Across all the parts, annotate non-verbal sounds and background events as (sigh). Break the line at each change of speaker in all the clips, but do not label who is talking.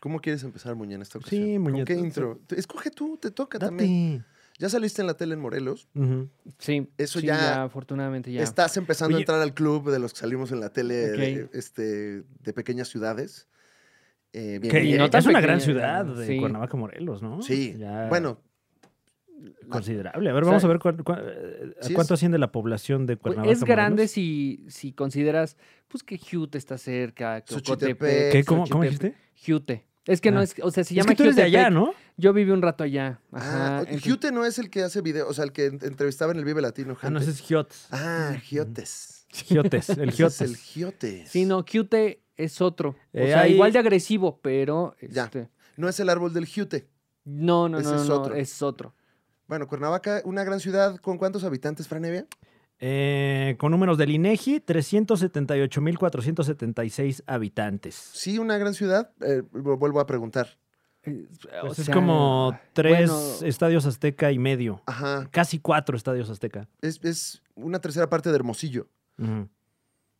¿Cómo quieres empezar, Muñe, en esta ocasión?
Sí,
¿Con
Muñe,
qué
tú-
intro? Escoge tú, te toca
Date.
también. Ya saliste en la tele en Morelos.
Ujú.
Sí,
Eso
sí,
ya-
afortunadamente ya.
Estás empezando a
Oye.
entrar al club de los que salimos en la tele
Ok.
de, este, de pequeñas ciudades. Eh, bien,
Que
Y
bien.
no tan
es una gran
pequeña,
ciudad de
sí.
Cuernavaca, Morelos, ¿no?
Sí,
Ya
bueno,
Considerable. A ver,
O sea,
vamos a ver cuán- cuán- eh, a
sí
cuánto
es-
asciende la población de
Pues,
Cuernavaca.
es grande
Morelos?
si, si consideras pues que Jute está cerca, que
Xochitepec.
Ocotepec,
¿Qué? ¿Cómo, cómo
Xochitepec,
dijiste?
Jute. Es que no
Ah.
es, o sea, se
es
llama
que tú eres de allá,
Jutepec.
¿no?
Yo viví un rato allá. Ajá.
Ah,
entonces-
Giute no es el que hace video, o sea, el que en- entrevistaba en el Vive Latino.
Ah, no,
gente.
ese es Giotes.
Ah, Giotes.
Giotes, el
(laughs) Ese es
Giotes.
el Giotes.
Sí, no, Jute es otro. O
Eh,
sea,
ahí-
igual de agresivo, pero
Ya.
este,
No es el árbol del Giute.
no, no,
Ese
no, no,
es
es
otro.
otro. Es otro.
Bueno, Cuernavaca, una gran ciudad, ¿con cuántos habitantes, Franevia?
Eh, con números del INEGI, 378.476 habitantes.
Sí, una gran ciudad. Eh, vu- vuelvo a preguntar.
Eh, o
Pues es
sea,
como tres
bueno.
estadios Azteca y medio.
Ajá,
Casi cuatro estadios Azteca.
es, es una tercera parte de Hermosillo.
Ujú.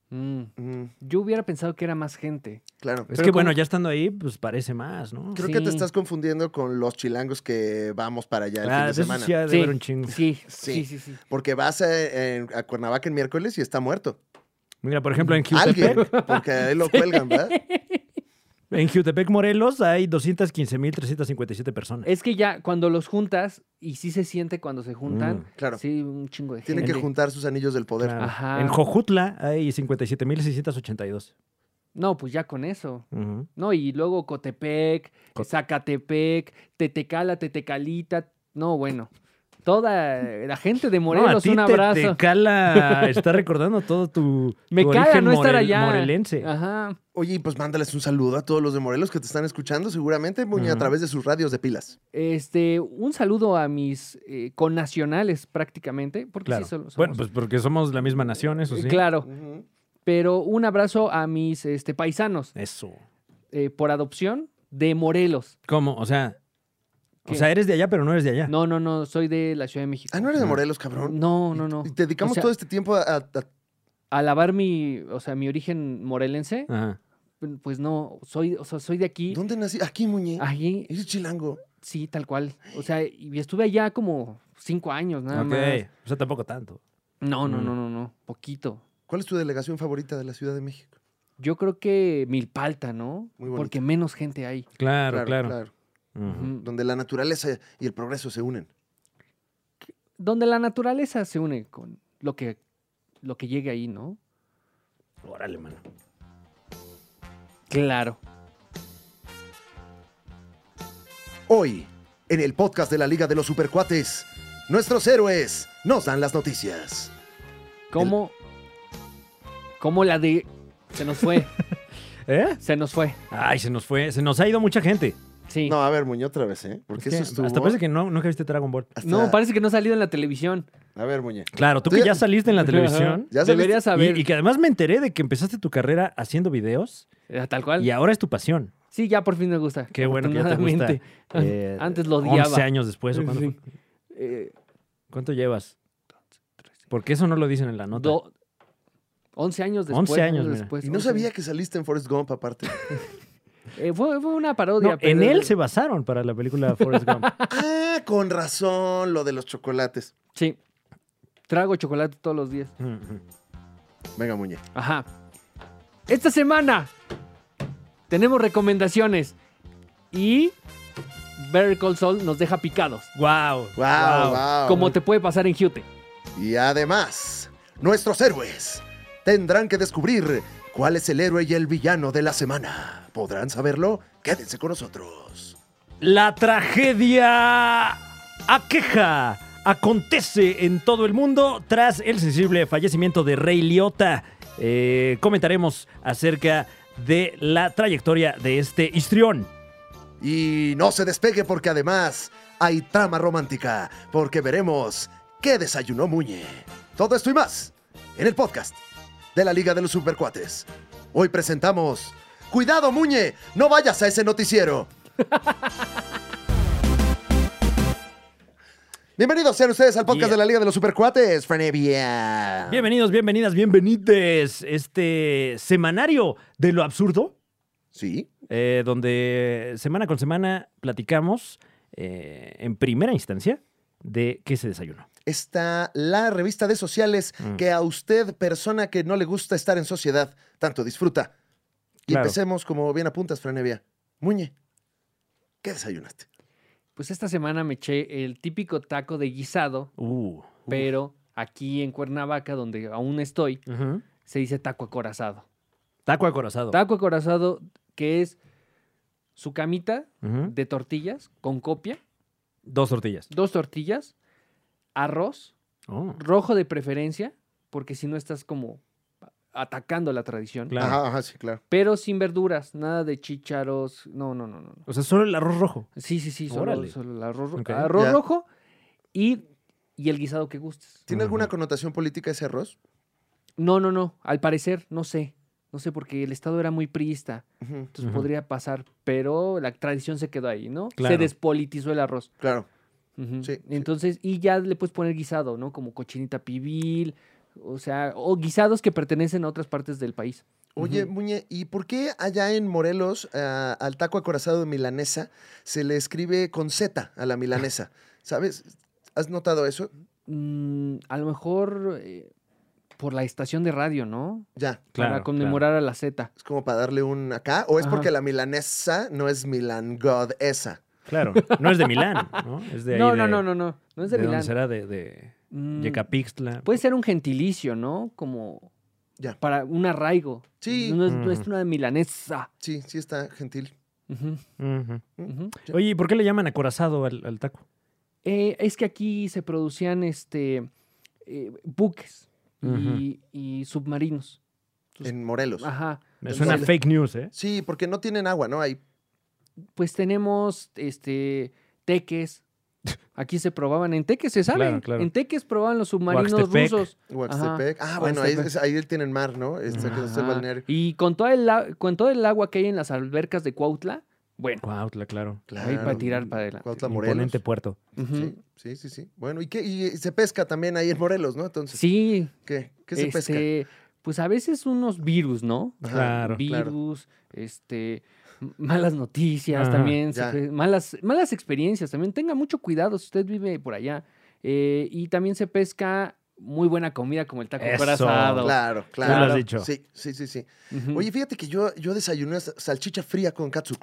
mm,
Mm,
yo hubiera pensado que era más gente.
claro.
Es
Pero
que
como-
bueno, ya estando ahí, pues parece más, ¿no?
Creo que te
Eh, Sí.
estás confundiendo con los chilangos que vamos para allá el
Ah,
fin de
de eso
semana.
sí ha de
Sí.
haber un chingo.
Sí,
Sí.
sí, sí, sí.
Porque vas a, en- a Cuernavaca el miércoles y está muerto.
Mira, por ejemplo, en
Alguien,
Jutepec,
(laughs)
porque ahí lo cuelgan, ¿verdad?
en Jutepec, Morelos, hay 215.357 personas.
Es que ya cuando los juntas, y sí se siente cuando se juntan,
Mm,
claro.
sí, un chingo de gente.
Tienen que juntar sus anillos del poder.
Claro.
Ajá.
En Jojutla hay 57.682.
No, pues ya con eso.
Ujú.
No, y luego Cotepec,
Co-
Zacatepec, Tetecala, Tetecalita. No, bueno. Toda la gente de
No, a
pues,
Morelos,
ti
un
te-
abrazo.
Te,
(laughs)
cala, está recordando todo tu.
Me
tu
caga
origen
no estar
morel-
allá. Ah,
Morelense.
Ajá.
Oye, y pues mándales un saludo a todos los de Morelos que te están escuchando seguramente, Muñe, a
Ujú.
través de sus radios de pilas.
Este, un saludo a mis eh, connacionales prácticamente, porque
Claro.
sí solo somos-
Bueno, pues porque somos la misma nación, eso sí.
Claro, pero un abrazo a mis este, paisanos
Eso.
eh, por adopción de Morelos.
¿Cómo? O sea. O
¿Qué?
sea, eres de allá, pero no eres de allá.
No, no, no, soy de la Ciudad de México.
Ah, no eres de Morelos, cabrón.
No, no, no.
Y te dedicamos
O sea,
todo este tiempo a, a- a-
Alabar mi, o sea, mi origen morelense,
Ajá.
pues no, soy, o sea, soy de aquí.
¿Dónde nací? Aquí, Muñe.
Allí,
Eres chilango.
sí, tal cual. O sea, y estuve allá como cinco años nada
ok.
más.
O sea, tampoco tanto.
No, no,
Mm.
no, no, no, poquito.
¿Cuál es tu delegación favorita de la Ciudad de México?
Yo creo que Milpalta, ¿no?
Muy bonito.
Porque menos gente hay. Mm,
Claro, claro. Ujú.
Ujú.
Donde la naturaleza y el progreso se unen.
Donde la naturaleza se une con lo que, lo que llegue ahí, ¿no?
Órale, mano.
Claro.
Hoy, en el podcast de la Liga de los Supercuates, nuestros héroes nos dan las noticias.
Como, como la de... Se nos fue,
(laughs)
¿Eh?
se nos fue.
Ay, se nos fue. Se nos ha ido mucha gente.
Sí.
No, a ver, Muñe, otra vez, ¿eh? Porque
Es que
eso estuvo...
Hasta parece que no, nunca viste Dragon Ball.
hasta-
No, parece que no ha salido en la televisión.
A ver, Muñe.
Claro, tú
Tú
que
ya-
ya saliste (laughs) en la televisión.
Ya saliste-
Deberías saber.
Y, y que además me enteré de que empezaste tu carrera haciendo videos
Eh, Tal cual.
y ahora es tu pasión.
Sí, ya por fin me gusta.
Qué bueno que ya te gusta.
afortunadamente.
(laughs)
Eh,
Antes lo
11
odiaba.
años después. ¿o cuándo
Sí.
fue?
Eh,
¿Cuánto llevas? Porque eso no lo dicen en la nota.
do- 11 años después.
11 años, mira.
después,
Y no
11
sabía que saliste en Forrest Gump,
(laughs)
aparte.
años. Eh, fue, fue una
No,
parodia.
en
pero-
él se basaron para la película Forrest (laughs) Gump.
ah, con razón, lo de los chocolates.
Sí. Trago chocolate todos los días.
Ujú.
Venga, Muñe.
Ajá. Esta semana tenemos recomendaciones y Better Call Saul nos deja picados.
Guau.
Wow, wow.
Como te puede pasar en Hute.
Y además, nuestros héroes tendrán que descubrir cuál es el héroe y el villano de la semana. ¿Podrán saberlo? Quédense con nosotros.
La tragedia aqueja acontece en todo el mundo tras el sensible fallecimiento de Rey Liotta. Eh, comentaremos acerca de la trayectoria de este histrión.
Y no se despegue porque además hay trama romántica, porque veremos qué desayunó Muñe. Todo esto y más en el podcast de la Liga de los Supercuates. Hoy presentamos... Cuidado, Muñe, no vayas a ese noticiero. (laughs) Bienvenidos sean ustedes al podcast
Yeah.
de la Liga de los Supercuates, Frenevia.
Bienvenidos, bienvenidas, bienvenides. Este semanario de lo absurdo
Sí,
eh, donde semana con semana platicamos eh, en primera instancia de qué se desayunó.
Está la revista de sociales
Mm.
que a usted, persona que no le gusta estar en sociedad, tanto disfruta. Y
Claro.
empecemos como bien apuntas, Franevia. Muñe, ¿qué desayunaste?
Pues esta semana me eché el típico taco de guisado,
Uh,
pero aquí en Cuernavaca, donde aún estoy,
ujú.
se dice taco acorazado.
Taco acorazado.
Taco acorazado que es su camita
Ujú.
de tortillas con copia,
Dos tortillas.
dos tortillas, arroz,
Oh,
rojo de preferencia, porque si no estás como atacando la tradición,
claro.
Ajá, ajá, sí, claro.
pero sin verduras, nada de chícharos, no, no, no, no. no.
O sea, solo el arroz rojo.
Sí, sí, sí, solo,
Órale.
solo el arroz, ro-
Ok.
arroz
Ya.
rojo y, y el guisado que gustes.
¿Tiene alguna
Ujú.
connotación política ese arroz?
No, no, no, al parecer, no sé, no sé, porque el Estado era muy priista,
Ujú,
entonces
Ujú.
podría pasar, pero la tradición se quedó ahí, ¿no?
Claro.
Se despolitizó el arroz.
Claro.
Ujú.
Sí, sí.
Entonces, y ya le puedes poner guisado, ¿no? Como cochinita pibil, o sea, o guisados que pertenecen a otras partes del país.
Oye, Muñe, ¿y por qué allá en Morelos ah, al taco acorazado de milanesa se le escribe con Z a la
(laughs)
milanesa? ¿Sabes? ¿Has notado eso?
Mm, a lo mejor eh, por la estación de radio, ¿no?
Ya.
Claro,
para conmemorar a la Z.
Es como para darle un acá. ¿O es
Ajá.
porque la milanesa no es Milan God esa?
Claro. No es de Milán, ¿no? Es de ahí
(laughs) No,
de-
no, no, no, no, no es de,
dónde
Milán.
será? De, de
Mm,
Yecapixtla.
puede ser un gentilicio, ¿no? Como
Ya.
para un arraigo.
Sí.
No es, no es
Ujú.
una milanesa.
Sí, sí está gentil.
Ujú,
Ujú.
ujú.
Oye, ¿y por qué le llaman acorazado al, al taco?
Eh, es que aquí se producían este eh, buques y,
Ujú.
y submarinos. Pues,
En Morelos.
Ajá.
Me
Entonces-
suena a fake news, ¿eh?
Sí, porque no tienen agua, ¿no? Hay
Pues tenemos este teques. Aquí se probaban en teques, se saben.
Claro, claro.
En teques probaban los submarinos
Huaxtepec.
rusos.
Huaxtepec. Ah, bueno, ahí,
Huaxtepec.
ahí tienen mar, ¿no? Está que está el
Ajá.
balneario.
Y con todo el, a- con todo el agua que hay en las albercas de Cuautla, bueno,
Cuautla, claro.
Claro.
ahí para tirar para adelante.
Cuautla, Morelos.
Imponente puerto.
Ujú.
Sí, sí, sí, sí. Bueno, ¿y qué? Y eh, se pesca también ahí en Morelos, ¿no? Entonces,
Sí,
¿qué? ¿Qué se pesca?
este, pues a veces unos virus, ¿no?
Ajá.
(laughs) Claro.
claro.
Virus, este, m- malas noticias
Ajá,
también, se
ya.
pe- malas, malas experiencias también. Tenga mucho cuidado si usted vive por allá. Eh, y también se pesca muy buena comida como el taco
Eso,
asado.
Claro,
Ya
claro.
lo has dicho.
Sí, sí, sí, sí.
Ujú.
Oye, fíjate que yo, yo desayuné sa- salchicha fría con katsu.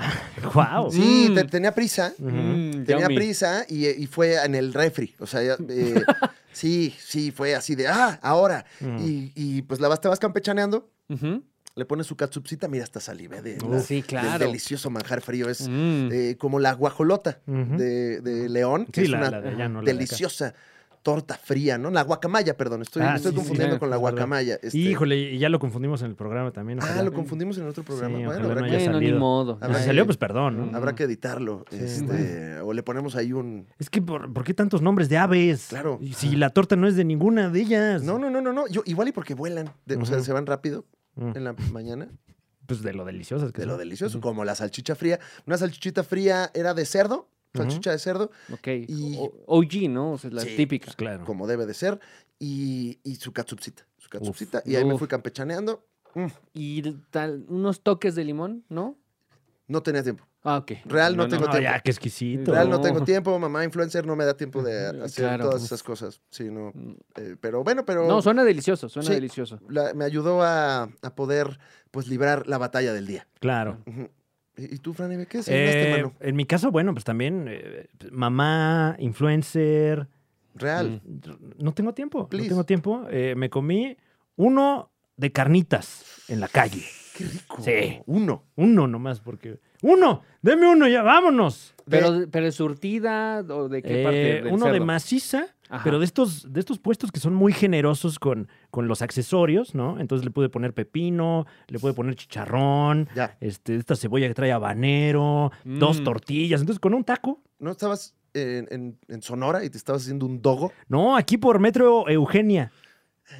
¡Wow!
Sí,
Mm.
te- tenía prisa.
Ujú.
Mm,
Tenía
yummy.
prisa y, y fue en el refri. O sea, ya, eh,
(laughs)
sí, sí, fue así de, ah, ahora.
Mm.
Y, y, pues la vas, te vas campechaneando,
Ujú.
le pones su katsupcita, mira hasta salive de la-
Uf.
Sí,
del
claro.
delicioso manjar frío. Es
Mm.
eh, como la guajolota
Ujú.
de, de León, que
Sí,
es
la,
una
la de allá, no la de acá.
deliciosa torta fría, ¿no? La guacamaya, perdón, estoy,
Ah,
me estoy
sí, sí,
confundiendo
sí,
con la
es verdad.
guacamaya. este.
Híjole, y ya lo confundimos en el programa también.
Ah,
ojalá.
lo eh. confundimos en otro programa.
Sí,
bueno,
ojalá
habrá,
no
que,
haya
Bueno, ni
salido.
modo.
Habrá
Ah, si
que-
salió, pues perdón, ¿no?
Mm.
habrá que editarlo. este, O le ponemos ahí un...
Es que, ¿por, por qué tantos nombres de aves?
Claro.
Y Si la torta no es de ninguna de ellas.
No, no, no, no, no. Yo, igual y porque vuelan. de- O sea,
Pues Ujú.
se van rápido
Mm.
en la mañana.
Pues de lo deliciosas que
De lo
son.
delicioso. Como la salchicha fría. Una salchichita fría era de cerdo.
Ujú.
Salchicha de cerdo,
Ok.
Y-
O- OG, ¿no? O sea, la
Sí,
típica.
Pues claro.
como debe de ser. Y, y su catsupcita. Su catsupcita. Y ahí me
Uf.
fui campechaneando. Mm,
Y tal, unos toques de limón, ¿no?
no tenía tiempo.
Ah, ok.
Real no tengo
No,
tiempo.
ya, qué exquisito.
Real no
No.
tengo tiempo. Mamá influencer no me da tiempo de
Ujú,
hacer
claro.
todas esas cosas. Sí, no. eh, pero bueno, pero...
No, suena delicioso, suena
Sí.
delicioso.
la- me ayudó a, a poder, pues, librar la batalla del día.
Claro.
Ujú. ¿Y, y tú, Fran, Evia, qué desayunaste,
este,
Eh,
mano?
en mi caso, bueno, pues también eh, mamá, influencer.
Real.
Mm.
No tengo tiempo.
Please.
No tengo tiempo. Eh, me comí uno de carnitas en la calle.
Qué rico.
Sí.
Uno.
Uno nomás, porque. ¡Uno! ¡Deme uno ya! ¡Vámonos!
De-
Pero, pero es surtida o de qué parte?
Eh,
del
uno de
cerdo?
maciza,
Ajá.
pero de estos, de estos puestos que son muy generosos con, con los accesorios, ¿no? Entonces le pude poner pepino, le pude poner chicharrón,
Ya.
este, esta cebolla que trae habanero, dos
Mm.
tortillas. Entonces con un taco.
¿No estabas en, en- en Sonora y te estabas haciendo un dogo?
No, aquí por Metro Eugenia.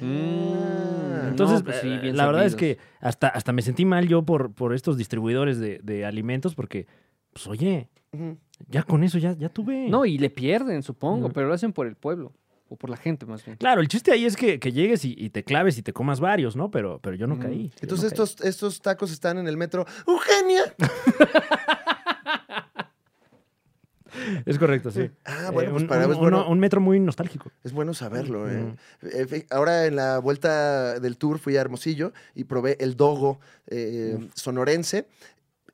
Ah,
Mm,
Entonces,
no, pues sí,
eh,
bien
la verdad es que
servidos.
hasta, hasta me sentí mal yo por, por estos distribuidores de, de alimentos, porque, pues oye,
Ujú.
ya con eso ya, ya tuve.
No, y le pierden, supongo,
Mm.
pero lo hacen por el pueblo. o por la gente más bien.
Claro, el chiste ahí es que, que llegues y, y te claves y te comas varios, ¿no? Pero, pero yo no
Mm.
caí. yo
Entonces
no caí.
estos, estos tacos están en el metro. ¡Eugenia!
Es correcto, sí.
Ah, bueno,
Eh,
pues
un,
para-
un-
es bueno.
uno- un metro muy nostálgico.
Es bueno saberlo. ¿eh?
Mm.
Eh, fi- Ahora en la vuelta del tour fui a Hermosillo y probé el dogo eh, sonorense.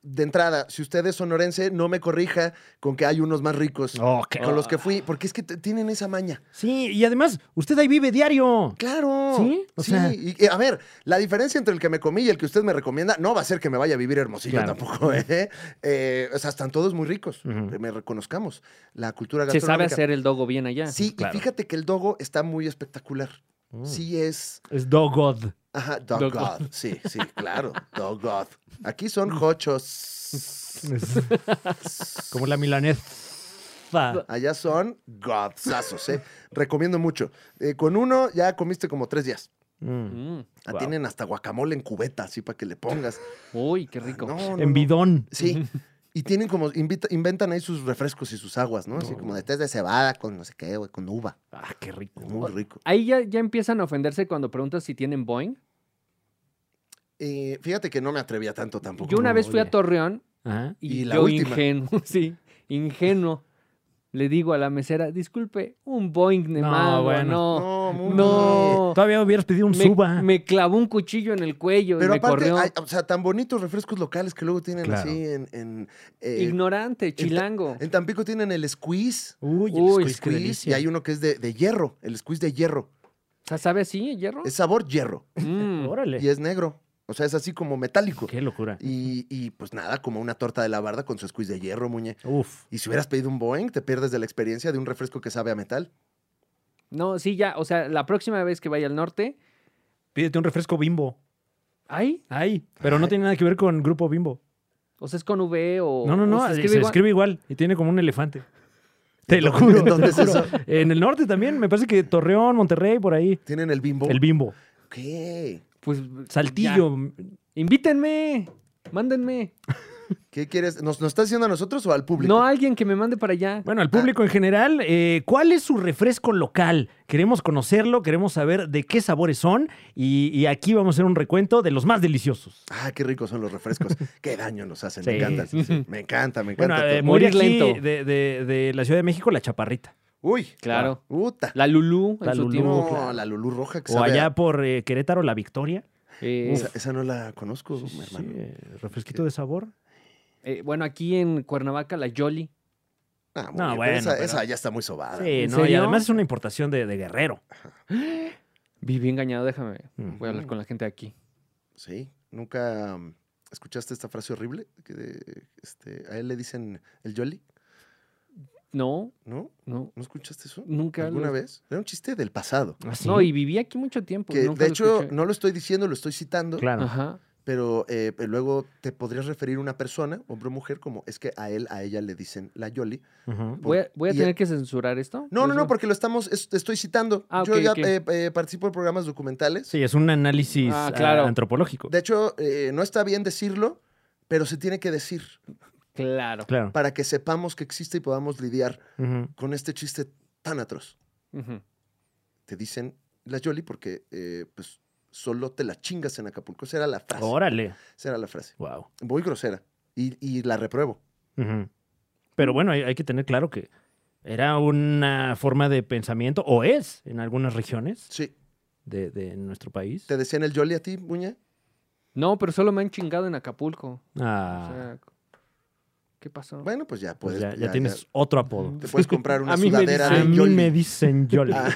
De entrada, si usted es sonorense, no me corrija con que hay unos más ricos con los que fui, porque es que t- tienen esa maña.
Oh, Sí, y además, usted ahí vive diario.
Claro.
¿Sí? O sea-
y, y, a ver, la diferencia entre el que me comí y el que usted me recomienda no va a ser que me vaya a vivir a hermosillo
Claro.
tampoco. (laughs) ¿eh? Eh, o sea, están todos muy ricos.
Ujú.
Me reconozcamos. La cultura
Se
gastronómica.
sabe hacer el dogo bien allá.
Sí,
Claro. Mm.
y fíjate que el dogo está muy espectacular. Oh. Sí es
Es Dogod.
Ajá, Dog,
Dog
God. Sí, sí, claro. Dog God. Aquí son jochos. (laughs)
Es como la
(laughs)
Mm. milanesa.
Allá son godzazos, ¿eh? Recomiendo mucho. Eh, con uno ya comiste como tres días.
Mm.
Mm.
Ah,
Wow.
Tienen hasta guacamole en cubeta, así para que le pongas.
Uy, qué rico.
No, no,
En
no.
bidón.
Sí. Y tienen como, invita- inventan ahí sus refrescos y sus aguas, ¿no? Así como de test de cebada con no sé qué, güey, con uva.
Ah, qué rico.
Muy rico.
Ahí ya, ya empiezan a ofenderse cuando preguntas si tienen Boeing.
Eh, fíjate que no me atrevía tanto tampoco.
Yo una
no,
vez fui
oye.
a Torreón
Ajá.
y,
Y la
yo
última.
ingenuo, (laughs) sí, ingenuo, le digo a la mesera, disculpe, un Boeing de
No,
mano,
bueno.
No,
no,
muy
no.
Todavía hubieras pedido un
me,
suba.
me clavó un cuchillo en el cuello
Pero
y me
aparte,
corrió.
hay- o sea, tan bonitos refrescos locales que luego tienen
Claro.
así en. en, eh,
Ignorante, chilango.
en Tampico tienen el squeeze.
Uy, el
Uy,
squeeze,
squeeze,
qué
y
delicia.
hay uno que es de, de hierro, el squeeze de hierro.
O sea, ¿sabe así, hierro?
Es sabor hierro
Mm.
y
Órale.
es negro. O sea, es así como metálico.
Qué locura.
Y, y, pues nada, como una torta de la barda con su squeeze de hierro, muñe.
Uf.
Y si hubieras pedido un Boeing, te pierdes de la experiencia de un refresco que sabe a metal.
No, sí, ya, o sea, la próxima vez que vaya al norte,
Pídete un refresco bimbo.
ahí,
Ay, pero no
Ay.
tiene nada que ver con Grupo Bimbo.
o sea, es con V o...
No, no,
o
no, eh,
se
se,
escribe igual.
escribe igual y tiene como un elefante. Te lo
dónde-
juro.
en
te
dónde
lo
es eso?
juro. En el norte también, me parece que Torreón, Monterrey, por ahí.
Tienen el bimbo.
El bimbo.
¿Qué?
Pues,
Saltillo.
ya. Invítenme, mándenme.
¿Qué quieres? ¿Nos, ¿Nos estás diciendo a nosotros o al público?
No alguien que me mande para allá.
Bueno, al
Ah.
público en general, eh, ¿cuál es su refresco local? Queremos conocerlo, queremos saber de qué sabores son y, y aquí vamos a hacer un recuento de los más deliciosos.
Ah, qué ricos son los refrescos. qué daño nos hacen. me
Sí,
encanta.
sí, sí.
Me encanta, me
Bueno,
encanta.
eh,
todo.
muy
Morir
aquí
lento.
De, de- de la Ciudad de México, la chaparrita.
Uy.
Claro.
Puta.
La Lulú, en
La
su
Lulú,
tiempo.
No,
claro.
la Lulú roja que
O
sabe a-
allá por eh, Querétaro, la Victoria.
Eh,
Esa, esa no la conozco,
Sí, sí,
hermano.
sí, eh, refresquito de sabor.
eh, bueno, aquí en Cuernavaca, la Jolly.
Ah, muy
No,
bien, pero
bueno,
esa,
pero-
esa ya está muy sobada.
Sí,
¿En
no, y
serio?
además es una importación de, de Guerrero.
Viví engañado, déjame.
Mm.
Voy a hablar con la gente de aquí.
Sí, nunca mm, escuchaste esta frase horrible que de- este, a él le dicen el Jolly,
No,
¿no?
no,
¿No escuchaste eso?
nunca.
¿Alguna
lo-
vez? Era un chiste del pasado.
¿Ah, sí?
No, y viví aquí mucho tiempo.
Que
pues nunca
de
lo
hecho
escuché.
no lo estoy diciendo, lo estoy citando,
Claro.
Ajá.
pero eh, pero luego te podrías referir a una persona, hombre o mujer, como es que a él, a ella le dicen la Jolly.
Ujú.
Voy a, voy a
y-
tener que censurar esto.
No, no,
Eso.
no, porque lo estamos, es- estoy citando.
Ah,
Yo
ok,
ya
ok.
eh, eh, participo en programas documentales.
Sí, es un análisis
Ah, claro.
ah, antropológico.
De hecho, eh, no está bien decirlo, pero se tiene que decir
Claro.
Claro.
para que sepamos que existe y podamos lidiar
Ujú.
con este chiste tan atroz.
Ujú.
Te dicen la Yoli porque eh, pues, solo te la chingas en Acapulco. Esa era la frase.
Órale.
Esa era la frase.
Wow.
Muy grosera. Y, y la repruebo.
Ujú. Pero bueno, hay, hay que tener claro que era una forma de pensamiento, o es en algunas regiones
Sí.
de, de nuestro país.
¿Te decían el Yoli a ti, Muña?
No, pero solo me han chingado en Acapulco.
Ah,
O sea, ¿qué pasó?
Bueno, pues ya
pues
puedes.
ya, ya
ya- ya.
tienes otro apodo.
Te puedes comprar una
A mí me
sudadera
A
dicen-
de
mí
Yoli.
me dicen Yoli.
Ah.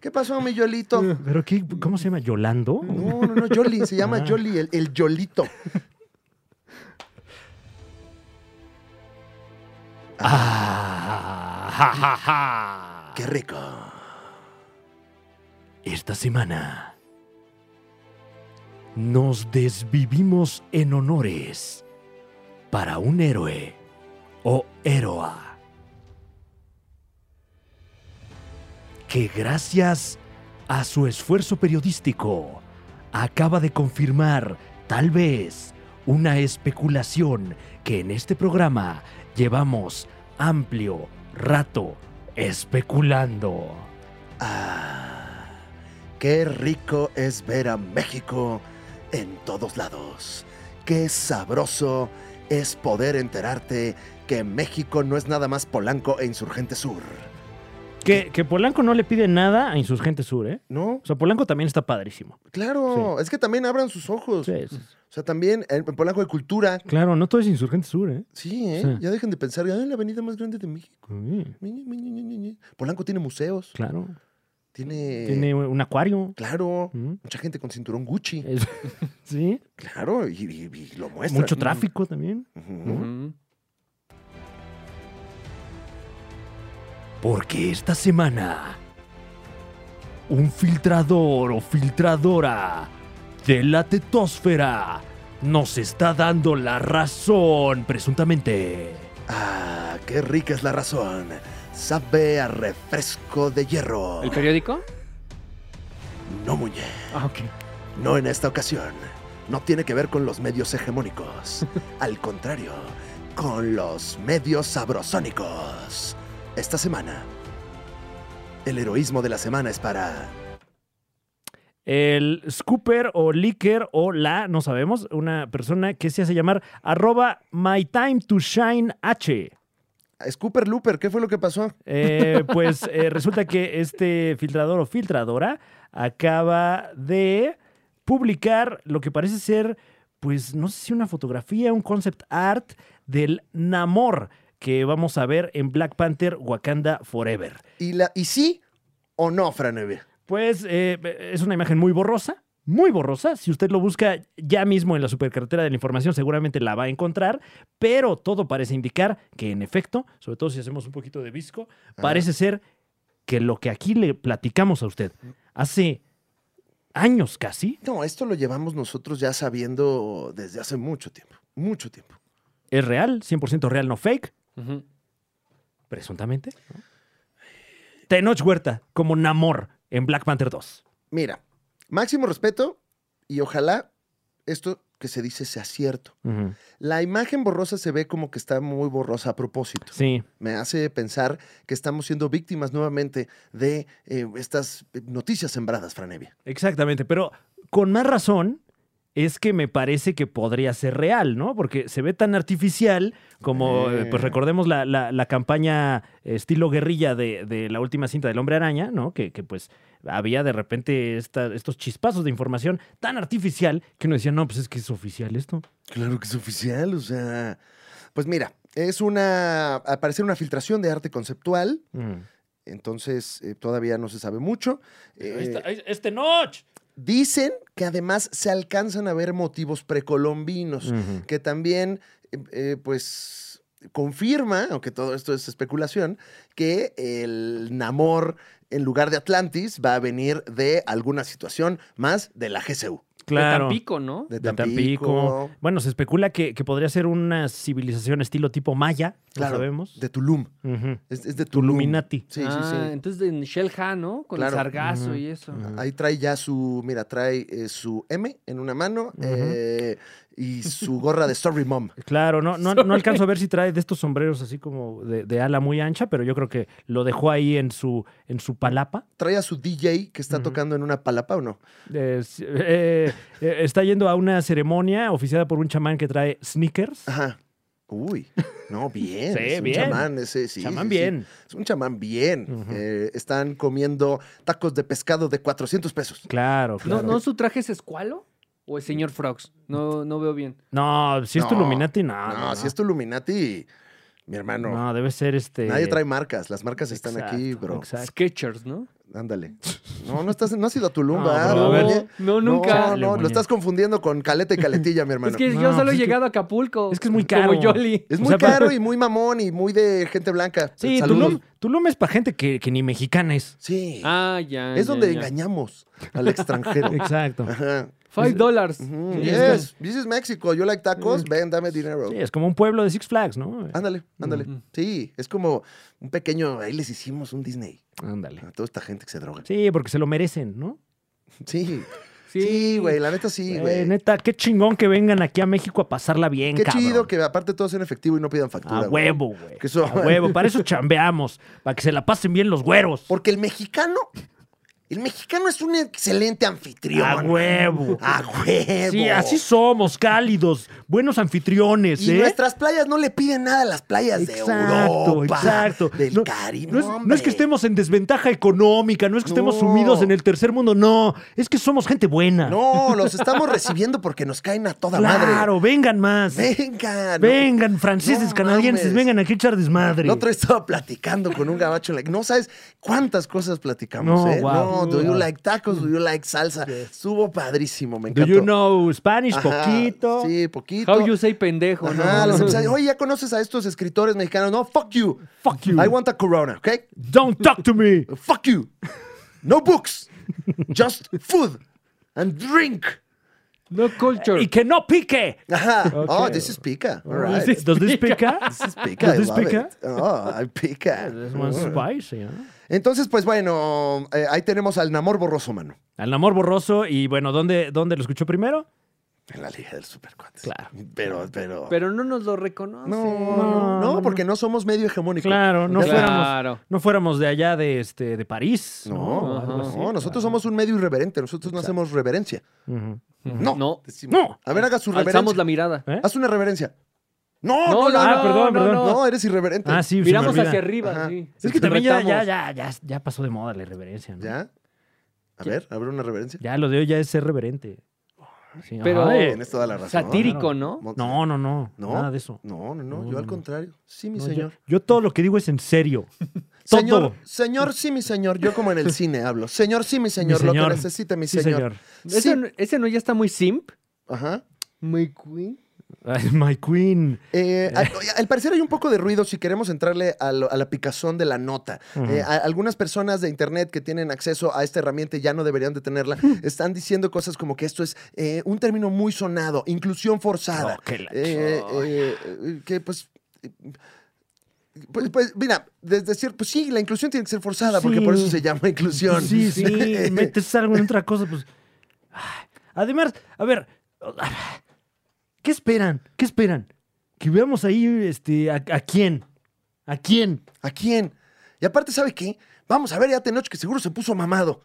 ¿Qué pasó, mi
(laughs)
Yolito?
Eh.
¿Pero qué, cómo se llama? ¿Yolando?
No, no, no, Yoli. Se llama
Ah.
Yoli, el, el Yolito.
Ah, ja, ja, ja.
Qué rico.
Esta semana nos desvivimos en honores para un héroe o héroa que gracias a su esfuerzo periodístico acaba de confirmar tal vez una especulación que en este programa llevamos amplio rato especulando.
Ah, qué rico es ver a México en todos lados. Qué sabroso es poder enterarte que México no es nada más Polanco e Insurgente Sur.
Que, que Polanco no le pide nada a Insurgente Sur, ¿eh?
¿No?
O sea, Polanco también está padrísimo.
Claro, es que también abran sus ojos.
Sí, sí, sí.
O sea, también en en Polanco hay cultura.
Claro, no todo es Insurgente Sur, ¿eh?
Sí, ¿eh?
Sí.
Ya dejen de pensar, ah, la avenida más grande de México.
Sí,
Ñe, Ñe, Ñe, Ñe, Ñe, Ñe. Polanco tiene museos,
claro.
tiene...
Tiene un acuario.
Claro,
Mm.
mucha gente con cinturón Gucci.
Es- sí.
Claro, y, y- y lo muestra. mm.
Mucho tráfico también.
Ujú.
Porque esta semana un filtrador o filtradora de la tetosfera nos está dando la razón, presuntamente.
Ah, qué rica es la razón. Sabe a refresco de hierro.
¿El periódico?
No, Muñe,
Ah, ok.
no en esta ocasión. No tiene que ver con los medios
(laughs)
hegemónicos. Al contrario, con los medios sabrosónicos. Esta semana, el heroísmo de la semana es para...
El scooper o leaker o la, no sabemos, una persona que se hace llamar arroba my time to shine H.
Scooper Looper, ¿qué fue lo que pasó?
Eh, pues eh, resulta que este filtrador o filtradora acaba de publicar lo que parece ser, pues no sé si una fotografía, un concept art del Namor que vamos a ver en Black Panther Wakanda Forever.
¿Y, la, y sí o no, Franevia?
Pues eh, es una imagen muy borrosa, muy borrosa. Si usted lo busca ya mismo en la supercartera de la información, seguramente la va a encontrar, pero todo parece indicar que, en efecto, sobre todo si hacemos un poquito de visco, parece ser que lo que aquí le platicamos a usted hace años casi
No, esto lo llevamos nosotros ya sabiendo desde hace mucho tiempo. Mucho tiempo.
es real, 100% real, no fake,
Ujú.
presuntamente. ¿no? Tenoch Huerta como Namor en Black Panther 2.
Mira, máximo respeto y ojalá esto que se dice sea cierto.
Ujú.
La imagen borrosa se ve como que está muy borrosa a propósito.
Sí,
Me hace pensar que estamos siendo víctimas nuevamente de eh, estas eh, noticias sembradas, Franevia.
Exactamente, pero con más razón es que me parece que podría ser real, ¿no? Porque se ve tan artificial como,
Eh.
eh, pues recordemos la, la- la campaña eh, estilo guerrilla de, de la última cinta del Hombre Araña, ¿no? Que, que, pues había de repente esta- estos chispazos de información tan artificial que uno decía, no, pues es que es oficial esto.
Claro que es oficial, o sea. Pues mira, es una. Al parecer una filtración de arte conceptual. Entonces, eh, todavía no se sabe mucho. Eh,
¡Este notch!
Dicen que además se alcanzan a ver motivos precolombinos,
Ujú.
que también, eh, eh, pues, confirma, aunque todo esto es especulación, que el Namor, en lugar de Atlantis, va a venir de alguna situación más de la GCU,
Claro.
De Tampico, ¿no?
de
De
Tampico,
Tampico. Bueno, se especula que, que podría ser una civilización estilo tipo maya,
Claro.
lo sabemos.
de Tulum.
Ujú.
Es, es de Tulum.
Tuluminati.
Sí, sí,
Ah,
sí.
Entonces en Shell Ha, ¿no? Con
Claro.
el sargazo y eso.
Ujú.
Ahí trae ya su, mira, trae eh, su M en una mano eh, y su gorra de Sorry Mom.
Claro, no, no, no alcanzo a ver si trae de estos sombreros así como de, de ala muy ancha, pero yo creo que lo dejó ahí en su, en su palapa.
Trae a su DJ que está
Ujú.
tocando en una palapa o no.
Eh, s- eh, eh, está yendo a una ceremonia oficiada por un chamán que trae sneakers.
Ajá. Uy,
(laughs)
no, bien.
Sí,
es un
bien.
chamán ese, sí.
chamán
sí, sí.
bien.
Es un chamán bien.
Ujú.
Eh, están comiendo tacos de pescado de 400 pesos.
Claro,
¿No,
claro.
¿No su traje es escualo? ¿O el señor Frogs? No, no veo bien.
No, si es tu
No.
Illuminati, Ah, no.
no, si es tu Illuminati, mi hermano.
No, debe ser este.
Nadie trae marcas. Las marcas están
Exacto,
aquí, bro.
Exacto.
Sketchers, ¿no?
Ándale. No, no, estás, Ah, no has ido a Tulum,
No,
¿verdad?
bro, a ver.
Oye,
No,
no,
nunca.
No,
Chale,
lo
muñe.
estás confundiendo con caleta y
(laughs)
caletilla, mi hermano.
Es que
No,
yo solo
pues
he
es que-
llegado a Acapulco.
es que es muy caro.
Como Yoli.
Es
O
muy
sea, pa-
caro y muy mamón y muy de gente blanca.
Sí,
Saludos.
Tulum, Tulum es para gente que, que ni
(laughs)
mexicana es.
Sí.
Ah, ya.
es
ya,
donde
ya.
engañamos al
(laughs)
extranjero.
Exacto.
Ajá.
Five dollars.
Ujú,
Sí,
Yes, this is Mexico. You like tacos? Ven, dame dinero.
Mm. Sí, es como un pueblo de Six Flags, ¿no?
Ándale, ándale.
Ujú.
Sí, es como un pequeño. Ahí les hicimos un Disney
Ándale.
a toda esta gente que se droga.
Sí, porque se lo merecen, ¿no?
Sí. Sí, güey, la neta sí,
Güey,
güey.
Eh, neta, qué chingón que vengan aquí a México a pasarla bien,
Qué
cabrón.
chido que aparte todo sea en efectivo y no pidan factura.
A
güey.
huevo, güey.
Que eso-
A huevo.
(laughs)
Para eso chambeamos. Para que se la pasen bien los güeros.
Porque el mexicano, el mexicano es un excelente anfitrión.
A huevo.
A huevo.
Sí, así somos, cálidos, buenos anfitriones,
Y
¿eh?
nuestras playas no le piden nada a las playas de Europa, del
no,
Caribe.
no es, no es
hombre.
que estemos en desventaja económica, no es que estemos
No.
sumidos en el tercer mundo, no. Es que somos gente buena.
No, los estamos recibiendo porque nos caen a toda madre.
claro, vengan más.
Vengan.
vengan, franceses,
No
canadienses,
mames.
vengan aquí a echar desmadre.
El otro día estaba platicando con un gabacho. Like, no sabes cuántas cosas platicamos,
No,
¿eh?
wow.
No, do you like tacos, do you like salsa. Estuvo padrísimo, me
Do
encantó.
you know Spanish?
Ajá,
Poquito.
Sí, poquito.
How you say pendejo,
Ajá,
¿no?
los empresarios, Oye, ¿ya conoces a estos escritores mexicanos? No, fuck you.
Fuck you.
I want a corona, ¿ok?
Don't talk to me.
Fuck you. No books. Just food and drink.
No culture.
y que no pique.
Ajá. Oh,
Ok.
this is pica. All
This
right.
(laughs)
is-
¿Does this pica?
This is
(laughs)
pica. I
¿Does this
love
pica?
it. Oh, I
(laughs)
pica.
This one's spicy, ¿eh?
Entonces, pues bueno, eh, ahí tenemos al Namor borroso, mano.
Al amor borroso y bueno, ¿dónde, dónde lo escuchó primero?
En la Liga del Supercuates.
Claro.
Pero, pero.
Pero no nos lo reconoce.
no, no, no, porque no somos medio hegemónico.
Claro, no
Ya-
Claro.
fuéramos no fuéramos de allá de este de París.
No,
Ajá.
no, nosotros somos un medio irreverente. Nosotros no hacemos reverencia.
Ujú.
No.
No.
Decimos,
No.
A ver, haga su reverencia.
Alzamos la mirada.
¿Eh?
Haz una reverencia. No,
No,
no,
no,
no,
Ah,
no,
perdón,
no,
perdón.
no.
no, eres irreverente.
Ah, sí, se me
Miramos
olvida.
hacia arriba,
Ajá.
sí.
Es que
Nos
también ya, ya,
retamos.
ya, ya, ya pasó de moda la irreverencia, ¿no? Ya,
¿Ya? A ver, a ver una reverencia.
lo de hoy ya es ser reverente. Sí,
Pero-
ajá, eh,
Tienes toda la razón.
Satírico, ¿no?
Montes.
no, no, no,
No.
Nada de eso.
No, no, no,
No,
yo
no,
al
no.
contrario. Sí, mi
No, yo-
señor.
Yo, todo lo que digo es en serio. todo.
(laughs) Señor, señor, sí, mi señor. Yo como en el cine hablo. Señor, sí, mi señor. Lo
señor.
que necesite, mi
Sí,
señor.
señor.
Sí.
Ese, no- ese no ya está muy simp.
Ajá.
Muy queen.
Ay, my queen.
Eh, al, al parecer hay un poco de ruido si queremos entrarle a, lo- a la picazón de la nota. Eh, a- algunas personas de internet que tienen acceso a esta herramienta y ya no deberían de tenerla, están diciendo cosas como que esto es eh, un término muy sonado, inclusión forzada.
Oh, qué la
Eh, eh, eh, que pues... eh, Pues, pues, mira, desde decir, pues sí, la inclusión tiene que ser forzada, porque
Sí.
por eso se llama inclusión. (laughs)
Sí, sí, metes algo en otra cosa, pues. Ay, Además, a ver, ¿qué esperan? ¿Qué esperan? Que veamos ahí, este, a, a quién, a quién.
¿A quién? Y aparte, ¿sabe qué? Vamos a ver ya Tenoch, que seguro se puso mamado.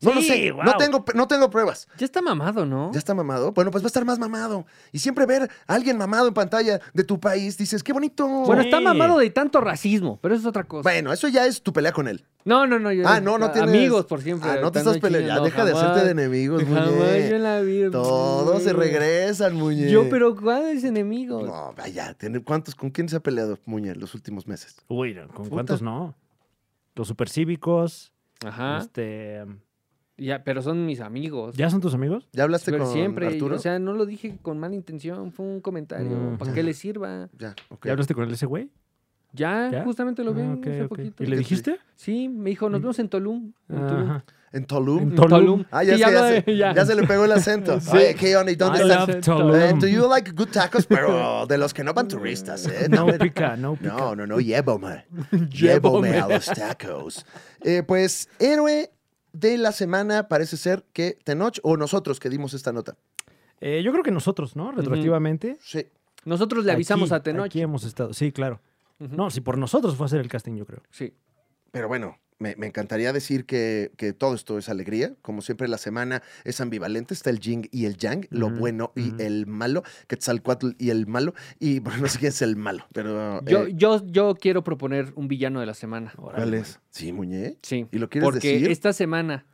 No lo
Sí,
sé, no,
guau.
tengo, no tengo pruebas.
Ya está mamado, ¿no?
¿Ya está mamado? Bueno, pues va a estar más mamado. Y siempre ver a alguien mamado en pantalla de tu país, dices, qué bonito.
Bueno,
Bueno,
está
Sí.
mamado de tanto racismo, pero eso es otra cosa.
eso ya es tu pelea con él.
No, no, no. yo-
Ah, no, no
a-
tienes...
Amigos, por siempre.
Ah, no te
están
estás peleando.
chidos,
Ya,
no,
deja de
jamás.
hacerte de enemigos,
Jamás yo en
muñe.
la vida.
Todos se
muñe.
regresan, muñe.
Yo, pero ¿cuál es enemigo?
No, vaya, ¿tiene- ¿cuántos? ¿Con quién se ha peleado, muñe, en los últimos meses?
Uy, ¿con
Puta.
cuántos no? Los supercívicos,
Ah.
Ajá.
este,
Ya, pero son mis amigos.
¿ya son tus amigos?
¿Ya hablaste
Pero
con
siempre.
Arturo?
O sea, no lo dije con mala intención, fue un comentario.
Mm.
Para que le sirva.
Ya, ok.
¿Ya hablaste con él ese güey?
Ya,
¿Ya?
justamente lo vi
Ah, ok,
hace
ok.
poquito.
¿Y le
¿Qué te
dijiste?
Sí, me dijo, nos vemos en Tulum. En Tulum.
Ajá.
¿En Tulum?
En Tulum.
Ah, ya, es
Sí,
que
habla
ya,
de-
se, ya Ah, se le pegó el acento. Oye, ¿qué onda? ¿Y dónde
I
estás?
love
Eh,
Tulum.
do you like good tacos? Pero de los que no van turistas, ¿eh?
(laughs)
(laughs)
No
También-
pica, no pica.
No, no, no, (laughs) llévame. llévame a los tacos. Eh, pues, héroe de la semana parece ser que Tenoch o nosotros que dimos esta nota.
Eh, yo creo que nosotros, ¿no? Retroactivamente.
Sí.
Nosotros le avisamos
Aquí-
a Tenoch.
Aquí hemos estado, sí, claro.
Ujú.
No, si por nosotros fue a hacer el casting, yo creo.
Sí.
Pero bueno, me, me encantaría decir que, que todo esto es alegría. Como siempre, la semana es ambivalente. Está el ying y el yang, lo
Ujú,
bueno y
ujú.
el malo, Quetzalcoatl y el malo. Y bueno, (laughs) no sé quién es el malo, pero.
Yo,
eh,
yo, yo quiero proponer un villano de la semana.
¿Cuál es? Sí, Muñe.
Sí.
¿Y lo quieres
Porque
decir?
esta semana.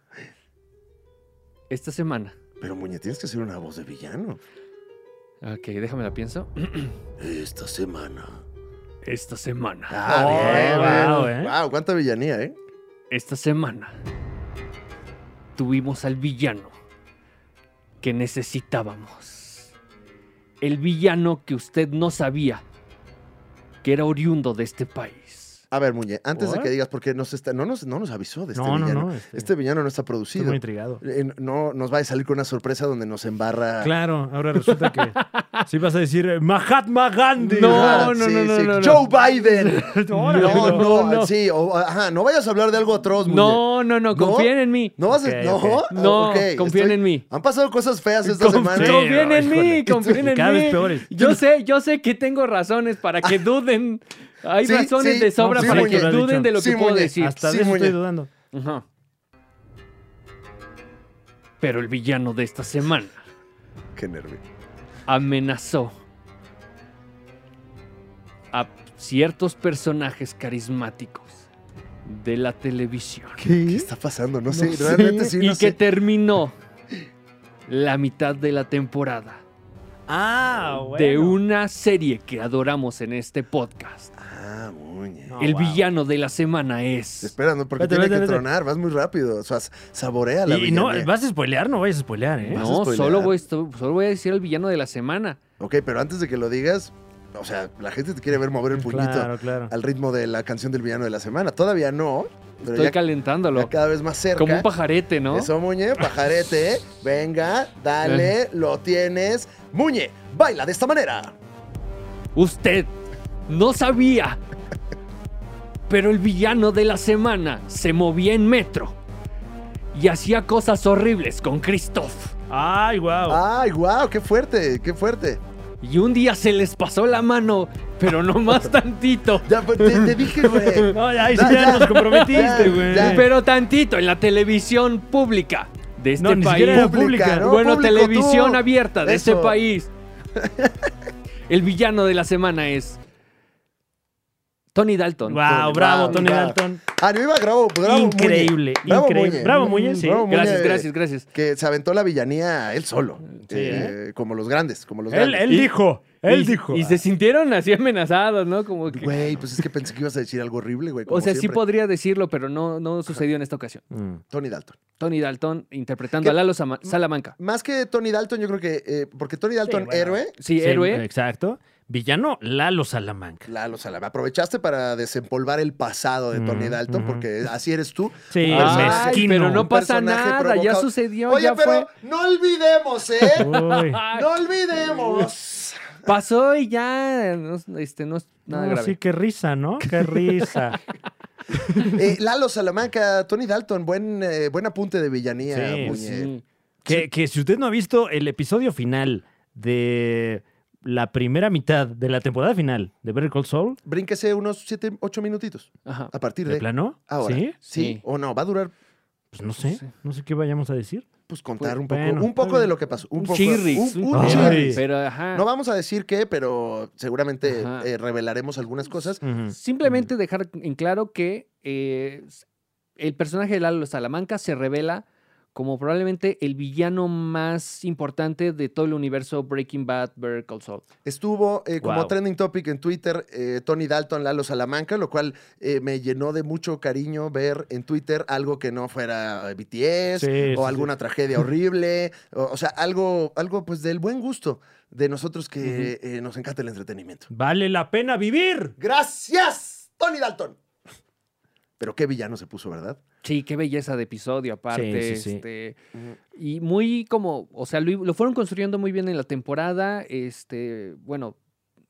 Esta semana.
Pero Muñe, tienes que hacer una voz de villano.
Ok, déjame la pienso.
Esta semana.
Esta semana.
Ah,
Oh,
bien,
wow,
bien.
¿eh?
Wow, cuánta villanía, ¿eh?
Esta semana tuvimos al villano que necesitábamos. El villano que usted no sabía que era oriundo de este país.
A ver, Muñe, antes de
¿Por?
que digas, porque nos está- no, nos, no nos avisó de este
No, no,
villano.
no, este-
Este villano no está
Estoy
producido.
muy intrigado.
Eh, no nos va a salir con una sorpresa donde nos embarra.
Claro, ahora resulta
(laughs)
que sí vas a decir eh, Mahatma Gandhi.
Ah,
No, no, no, no, no, no.
Joe Biden.
Órale,
no,
(laughs) no,
no,
no.
sí, o- ajá, no vayas a hablar de algo atroz, Muñe.
No, no, no, confíen en mí.
No vas a-
Ok,
no,
ok.
Ah,
No,
ok,
confíen en mí.
Han pasado cosas feas esta
Confío.
semana.
Sí.
Confíen en
híjole.
mí, confíen en
Cada
mí.
vez peores.
Yo sé, yo sé que tengo razones para que duden. Hay
Sí,
razones
sí,
de sobra
no, sí,
para
Muñe.
que
Lo has
duden
dicho.
de lo
Sí,
que puedo
Muñe.
decir.
Hasta
Sí,
de eso
Muñe.
estoy dudando.
Ajá. Pero el villano de esta semana
Qué nervio.
amenazó a ciertos personajes carismáticos de la televisión.
(laughs) ¿Qué está pasando? No sé,
No
(laughs)
sé.
realmente sí,
y
no
que
sé.
terminó la mitad de la temporada
Ah, bueno.
de una serie que adoramos en este podcast.
Ah, Muñe.
No. Oh,
el
wow.
villano de la semana es.
Esperando, porque
Vete,
tiene
vete,
que
vete.
tronar, vas muy rápido. O sea, saborea la
Y no,
villanía.
¿vas a spoilear? No vayas a spoilear, ¿eh?
¿Vas a
No,
spoilear?
solo voy, esto- solo voy a decir el villano de la semana.
Ok, pero antes de que lo digas, o sea, la gente te quiere ver mover el puñito
Claro, claro.
al ritmo de la canción del villano de la semana. Todavía no, pero
Estoy
ya, ya
calentándolo.
cada vez más cerca.
Como un pajarete, ¿no?
Eso, Muñe,
(laughs)
pajarete. Venga, dale, lo tienes. Muñe, baila de esta manera.
Usted no sabía. Pero el villano de la semana se movía en metro y hacía cosas horribles con Christoph.
Ay, wow.
Ay, wow, qué fuerte, qué fuerte.
Y un día se les pasó la mano, pero no
(laughs)
más tantito.
Ya, pues, te, te dije,
(laughs)
güey.
No, ya, ahí sí
Ya,
ya,
ya.
nos comprometiste,
Ya,
güey.
ya.
Pero tantito en la televisión pública de este
No, ni
país.
siquiera era
Pública,
pública.
¿no?
bueno,
público,
televisión
tú.
abierta de
Eso. (laughs)
este país. El villano de la semana es Tony Dalton.
Wow, bravo, Tony
Bravo.
Dalton.
Ah, no iba bravo, bravo. Muñe.
Increíble,
Bravo,
increíble.
Muñe.
Bravo, Muñe, sí.
Bravo, Muñe.
Gracias, gracias, gracias.
Que se aventó la villanía él solo. eh, Como los grandes, como los
Él,
grandes.
él
Y-
dijo, él
y,
dijo.
Y se sintieron así amenazados, ¿no? Como que.
"Ah, Güey, pues es que pensé que ibas a decir algo horrible, güey.
o
como
sea, sí
siempre.
podría decirlo, pero no, no sucedió en esta ocasión.
Mm.
Tony Dalton.
Tony Dalton interpretando
¿Qué? Mm.
a Lalo Sama- Salamanca.
Más que Tony Dalton, yo creo que. eh, porque Tony Dalton,
bueno.
héroe.
Sí,
Sí,
eh,
héroe.
Exacto. Villano Lalo Salamanca.
Lalo Salama. Aprovechaste para desempolvar el pasado de Tony
Mm,
Dalton,
ujú.
porque así eres tú.
Sí,
Un personaje-
Ay,
mezquino.
pero no
un
pasa
personaje
nada, ya
provocado.
sucedió,
Oye,
ya
pero
fue.
no olvidemos,
(laughs)
¿eh?
Uy.
Ay,
no olvidemos.
Pasó y ya. No, este, (laughs) no es nada
No,
grave.
sí, qué risa, ¿no?
(laughs)
Qué risa.
Eh, Lalo Salamanca, Tony Dalton, buen, eh, buen apunte de villanía,
Sí,
Muñe.
Sí.
que, que si usted no ha visto el episodio final de la primera mitad de la temporada final de Better Call Saul,
Brínquese unos 7, 8 minutitos
Ajá.
a partir
¿de
de.
plano?
Ahora.
¿Sí?
Sí,
Sí.
o no, va a durar
Pues no sé,
Sí.
no sé qué vayamos a decir.
pues contar
Pues,
un poco,
bueno,
un poco
está
de
bien.
lo que pasó. Un,
Un
poco,
chirris.
Un,
Un,
un
Ay.
chirris.
Pero ajá.
No vamos a decir qué, pero seguramente
Ajá.
eh, revelaremos algunas cosas.
Ujú.
Simplemente dejar en claro que eh, el personaje de Lalo Salamanca se revela como probablemente el villano más importante de todo el universo Breaking Bad, Better Call Saul.
Estuvo eh, como
Wow.
trending topic en Twitter eh, Tony Dalton, Lalo Salamanca, lo cual eh, me llenó de mucho cariño ver en Twitter algo que no fuera eh, BTS
Sí, sí,
o
sí.
alguna tragedia horrible, o, o sea, algo, algo pues del buen gusto de nosotros que eh, nos encanta el entretenimiento.
Vale la pena vivir.
Gracias, Tony Dalton. Pero qué villano se puso, ¿verdad?
Sí, qué belleza de episodio aparte.
Sí, sí, sí.
este, Y muy como, o sea, lo, lo fueron construyendo muy bien en la temporada. Este, bueno,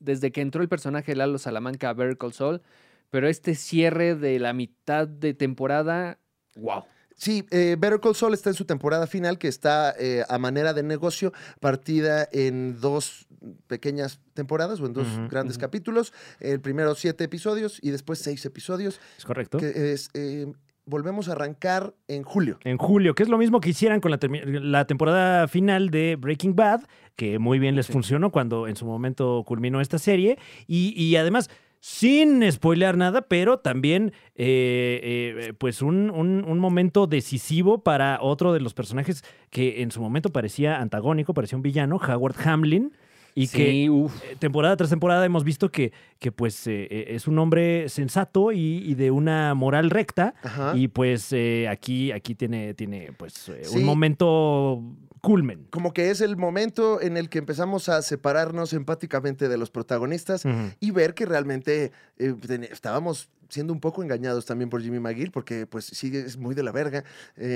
desde que entró el personaje de Lalo Salamanca a Better Call Saul, pero este cierre de la mitad de temporada, wow.
Sí, eh, Better Call Saul está en su temporada final, que está eh, a manera de negocio, partida en dos pequeñas temporadas o en dos
Ujú,
grandes
ujú.
capítulos. El primero siete episodios y después seis episodios,
Es correcto.
que es, eh, volvemos a arrancar en julio.
En julio, que es lo mismo que hicieran con la, termi- la temporada final de Breaking Bad, que muy bien les
Sí.
funcionó cuando en su momento culminó esta serie. Y, y además, sin spoilear nada, pero también eh, eh, eh, pues un, un- un momento decisivo para otro de los personajes que en su momento parecía antagónico, parecía un villano, Howard Hamlin. Y
sí,
que
uf.
eh, temporada tras temporada hemos visto que, que pues eh, eh, es un hombre sensato y- y de una moral recta.
Ajá.
Y pues eh, aquí, aquí tiene, tiene pues eh,
Sí.
un momento culmen.
Como que es el momento en el que empezamos a separarnos empáticamente de los protagonistas y ver que realmente eh, ten- estábamos siendo un poco engañados también por Jimmy McGill, porque pues sí, es muy de la verga.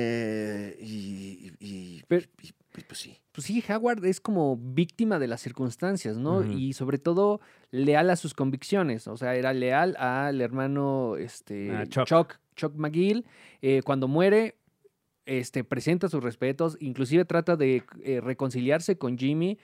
eh, y, y- y-
Pero-
y- y, pues sí.
Pues sí, Howard es como víctima de las circunstancias, ¿no?
Ujú.
Y sobre todo leal a sus convicciones. O sea, era leal al hermano este,
Ah, Chuck.
Chuck, Chuck McGill. Eh, cuando muere, este, presenta sus respetos, inclusive trata de eh, reconciliarse con Jimmy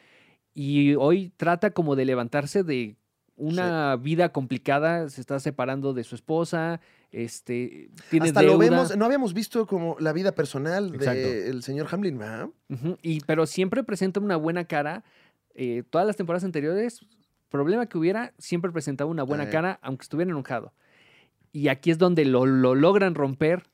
y hoy trata como de levantarse de una vida complicada, se está separando de su esposa, este, tiene
Hasta lo
deuda.
vemos, no habíamos visto como la vida personal
Exacto.
del señor Hamlin, ¿verdad?
Ujú, y, pero siempre presenta una buena cara. eh, todas las temporadas anteriores, problema que hubiera, siempre presentaba una buena
Eh.
cara, aunque estuviera enojado. Y aquí es donde lo, lo logran romper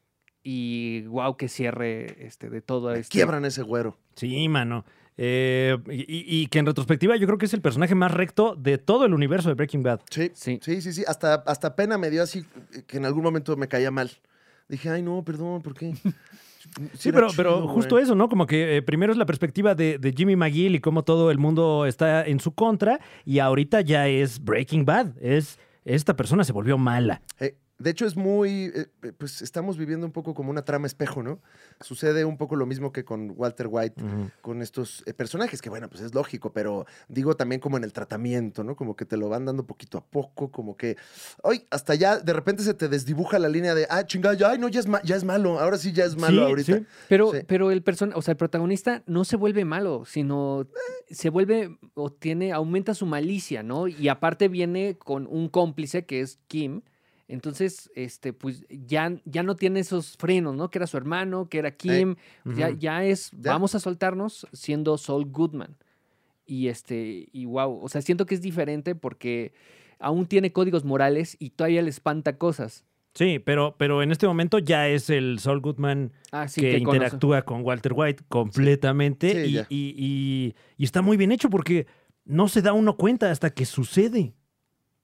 y wow, que cierre este, de todo
Me
esto.
Quiebran ese güero.
Sí, mano. Eh, y, y- y que en retrospectiva yo creo que es el personaje más recto de todo el universo de Breaking Bad.
Sí.
Sí.
Sí, sí, sí. Hasta, hasta pena me dio así eh, que en algún momento me caía mal. Dije, ay, no, perdón, ¿por
(laughs)
qué?
Sí, pero, pero justo eso, ¿no? Como que eh, primero es la perspectiva de, de Jimmy McGill y cómo todo el mundo está en su contra, y ahorita ya es Breaking Bad. Es esta persona se volvió mala.
Eh, de hecho, es muy. eh, eh, pues estamos viviendo un poco como una trama espejo, ¿no? Sucede un poco lo mismo que con Walter
Mm.
White, con estos eh, personajes, que bueno, pues es lógico, pero digo también como en el tratamiento, ¿no? Como que te lo van dando poquito a poco, como que. ¡Ay! Hasta ya de repente se te desdibuja la línea de. ¡Ah, chingada! ya, ¡Ay, no! Ya es, ma- ya es malo. Ahora sí ya es malo
Sí,
ahorita.
sí.
Pero,
Sí.
pero el persona, o sea, el protagonista no se vuelve malo, sino se vuelve o tiene, aumenta su malicia, ¿no? Y aparte viene con un cómplice que es Kim. Entonces, este, pues ya, ya no tiene esos frenos, ¿no? Que era su hermano, que era Kim. Pues
Ujú.
ya, ya es,
Ya.
vamos a soltarnos siendo Saul Goodman. Y este, y wow, o sea, siento que es diferente porque aún tiene códigos morales y todavía le espanta cosas.
Sí, pero, pero en este momento ya es el Saul Goodman
Ah, sí,
que,
que conoce.
interactúa con Walter White completamente
Sí,
y-
ya.
y, y- y está muy bien hecho porque no se da uno cuenta hasta que sucede.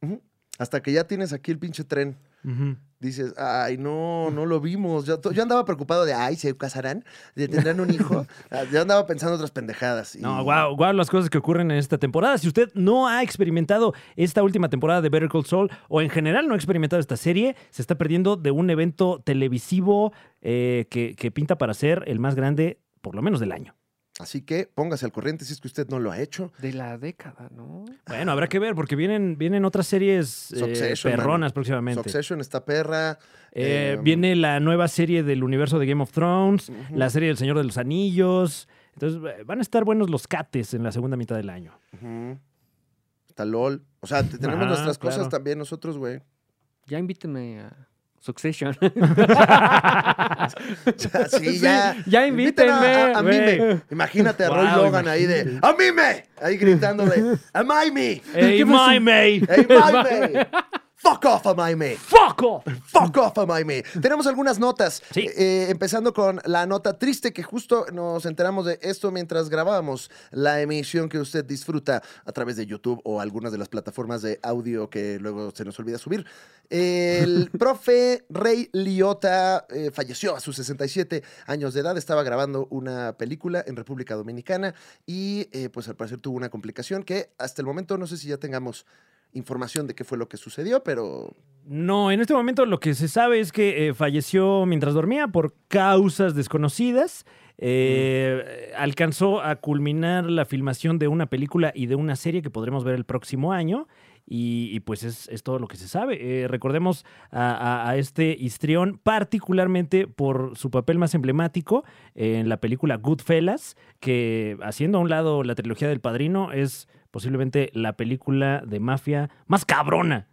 Ujú. Hasta que ya tienes aquí el pinche tren.
Ujú.
Dices, ay, no, no lo vimos. Yo, to- yo andaba preocupado de, ay, ¿se casarán? ¿De- ¿Tendrán un hijo?
(laughs)
Ah, Yo andaba pensando otras pendejadas. y-
No, wow, wow, las cosas que ocurren en esta temporada. Si usted no ha experimentado esta última temporada de Better Call Saul o en general no ha experimentado esta serie, se está perdiendo de un evento televisivo eh, que, que pinta para ser el más grande, por lo menos del año.
Así que póngase al corriente si es que usted no lo ha hecho.
De la década, ¿no?
Bueno, habrá que ver porque vienen, vienen otras series eh,
Succession,
perronas
mano.
próximamente.
Succession, esta perra.
Eh,
eh,
viene la nueva serie del universo de Game of Thrones,
Ujú.
la serie del Señor de los Anillos. Entonces eh, van a estar buenos los cates en la segunda mitad del año.
ujú. Está LOL. O sea, te- tenemos
Ajá,
nuestras cosas
claro.
también nosotros, güey.
Ya invítenme a Succession. (laughs)
O sea, sí, ya.
ya
Inviten
invítenme.
A, a, a
güey.
Mime. Imagínate a Roy
Wow,
Logan ahí de, ¡A Mime! Ahí gritándole, ¡A Mime!
¡Ey, my mate! (laughs)
¡Ey, Mime! ¡Fuck off a Mime!
¡Fuck off!
Fuck off, Miami. Tenemos algunas notas.
Sí.
Eh, empezando con la nota triste que justo nos enteramos de esto mientras grabábamos la emisión que usted disfruta a través de YouTube o algunas de las plataformas de audio que luego se nos olvida subir. El profe Rey Liotta eh, falleció a sus 67 años de edad. Estaba grabando una película en República Dominicana y eh, pues al parecer tuvo una complicación que hasta el momento no sé si ya tengamos información de qué fue lo que sucedió, pero
No, en este momento lo que se sabe es que eh, falleció mientras dormía por causas desconocidas. Eh, Alcanzó a culminar la filmación de una película y de una serie que podremos ver el próximo año. Y, y pues es, es todo lo que se sabe. Eh, recordemos a, a- a este histrión particularmente por su papel más emblemático en la película Goodfellas, que haciendo a un lado la trilogía del Padrino es posiblemente la película de mafia más cabrona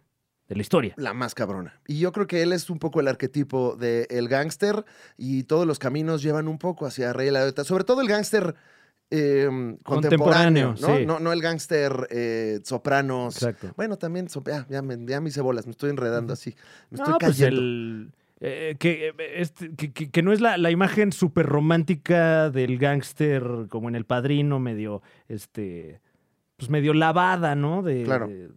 de la historia.
La más cabrona. Y yo creo que él es un poco el arquetipo del gángster y todos los caminos llevan un poco hacia Rey Liotta. Sobre todo el gángster eh, contemporáneo, ¿no?
Contemporáneo, sí.
No, no el gángster eh, sopranos.
Exacto.
Bueno, también, sop- ah, ya, me, ya me hice bolas, me estoy enredando así. Me estoy
no, pues
cayendo.
el. eh, que, eh, este- que- que- que no es la, la imagen súper romántica del gángster como en El Padrino, medio, este, pues medio lavada, ¿no? De,
Claro.
de-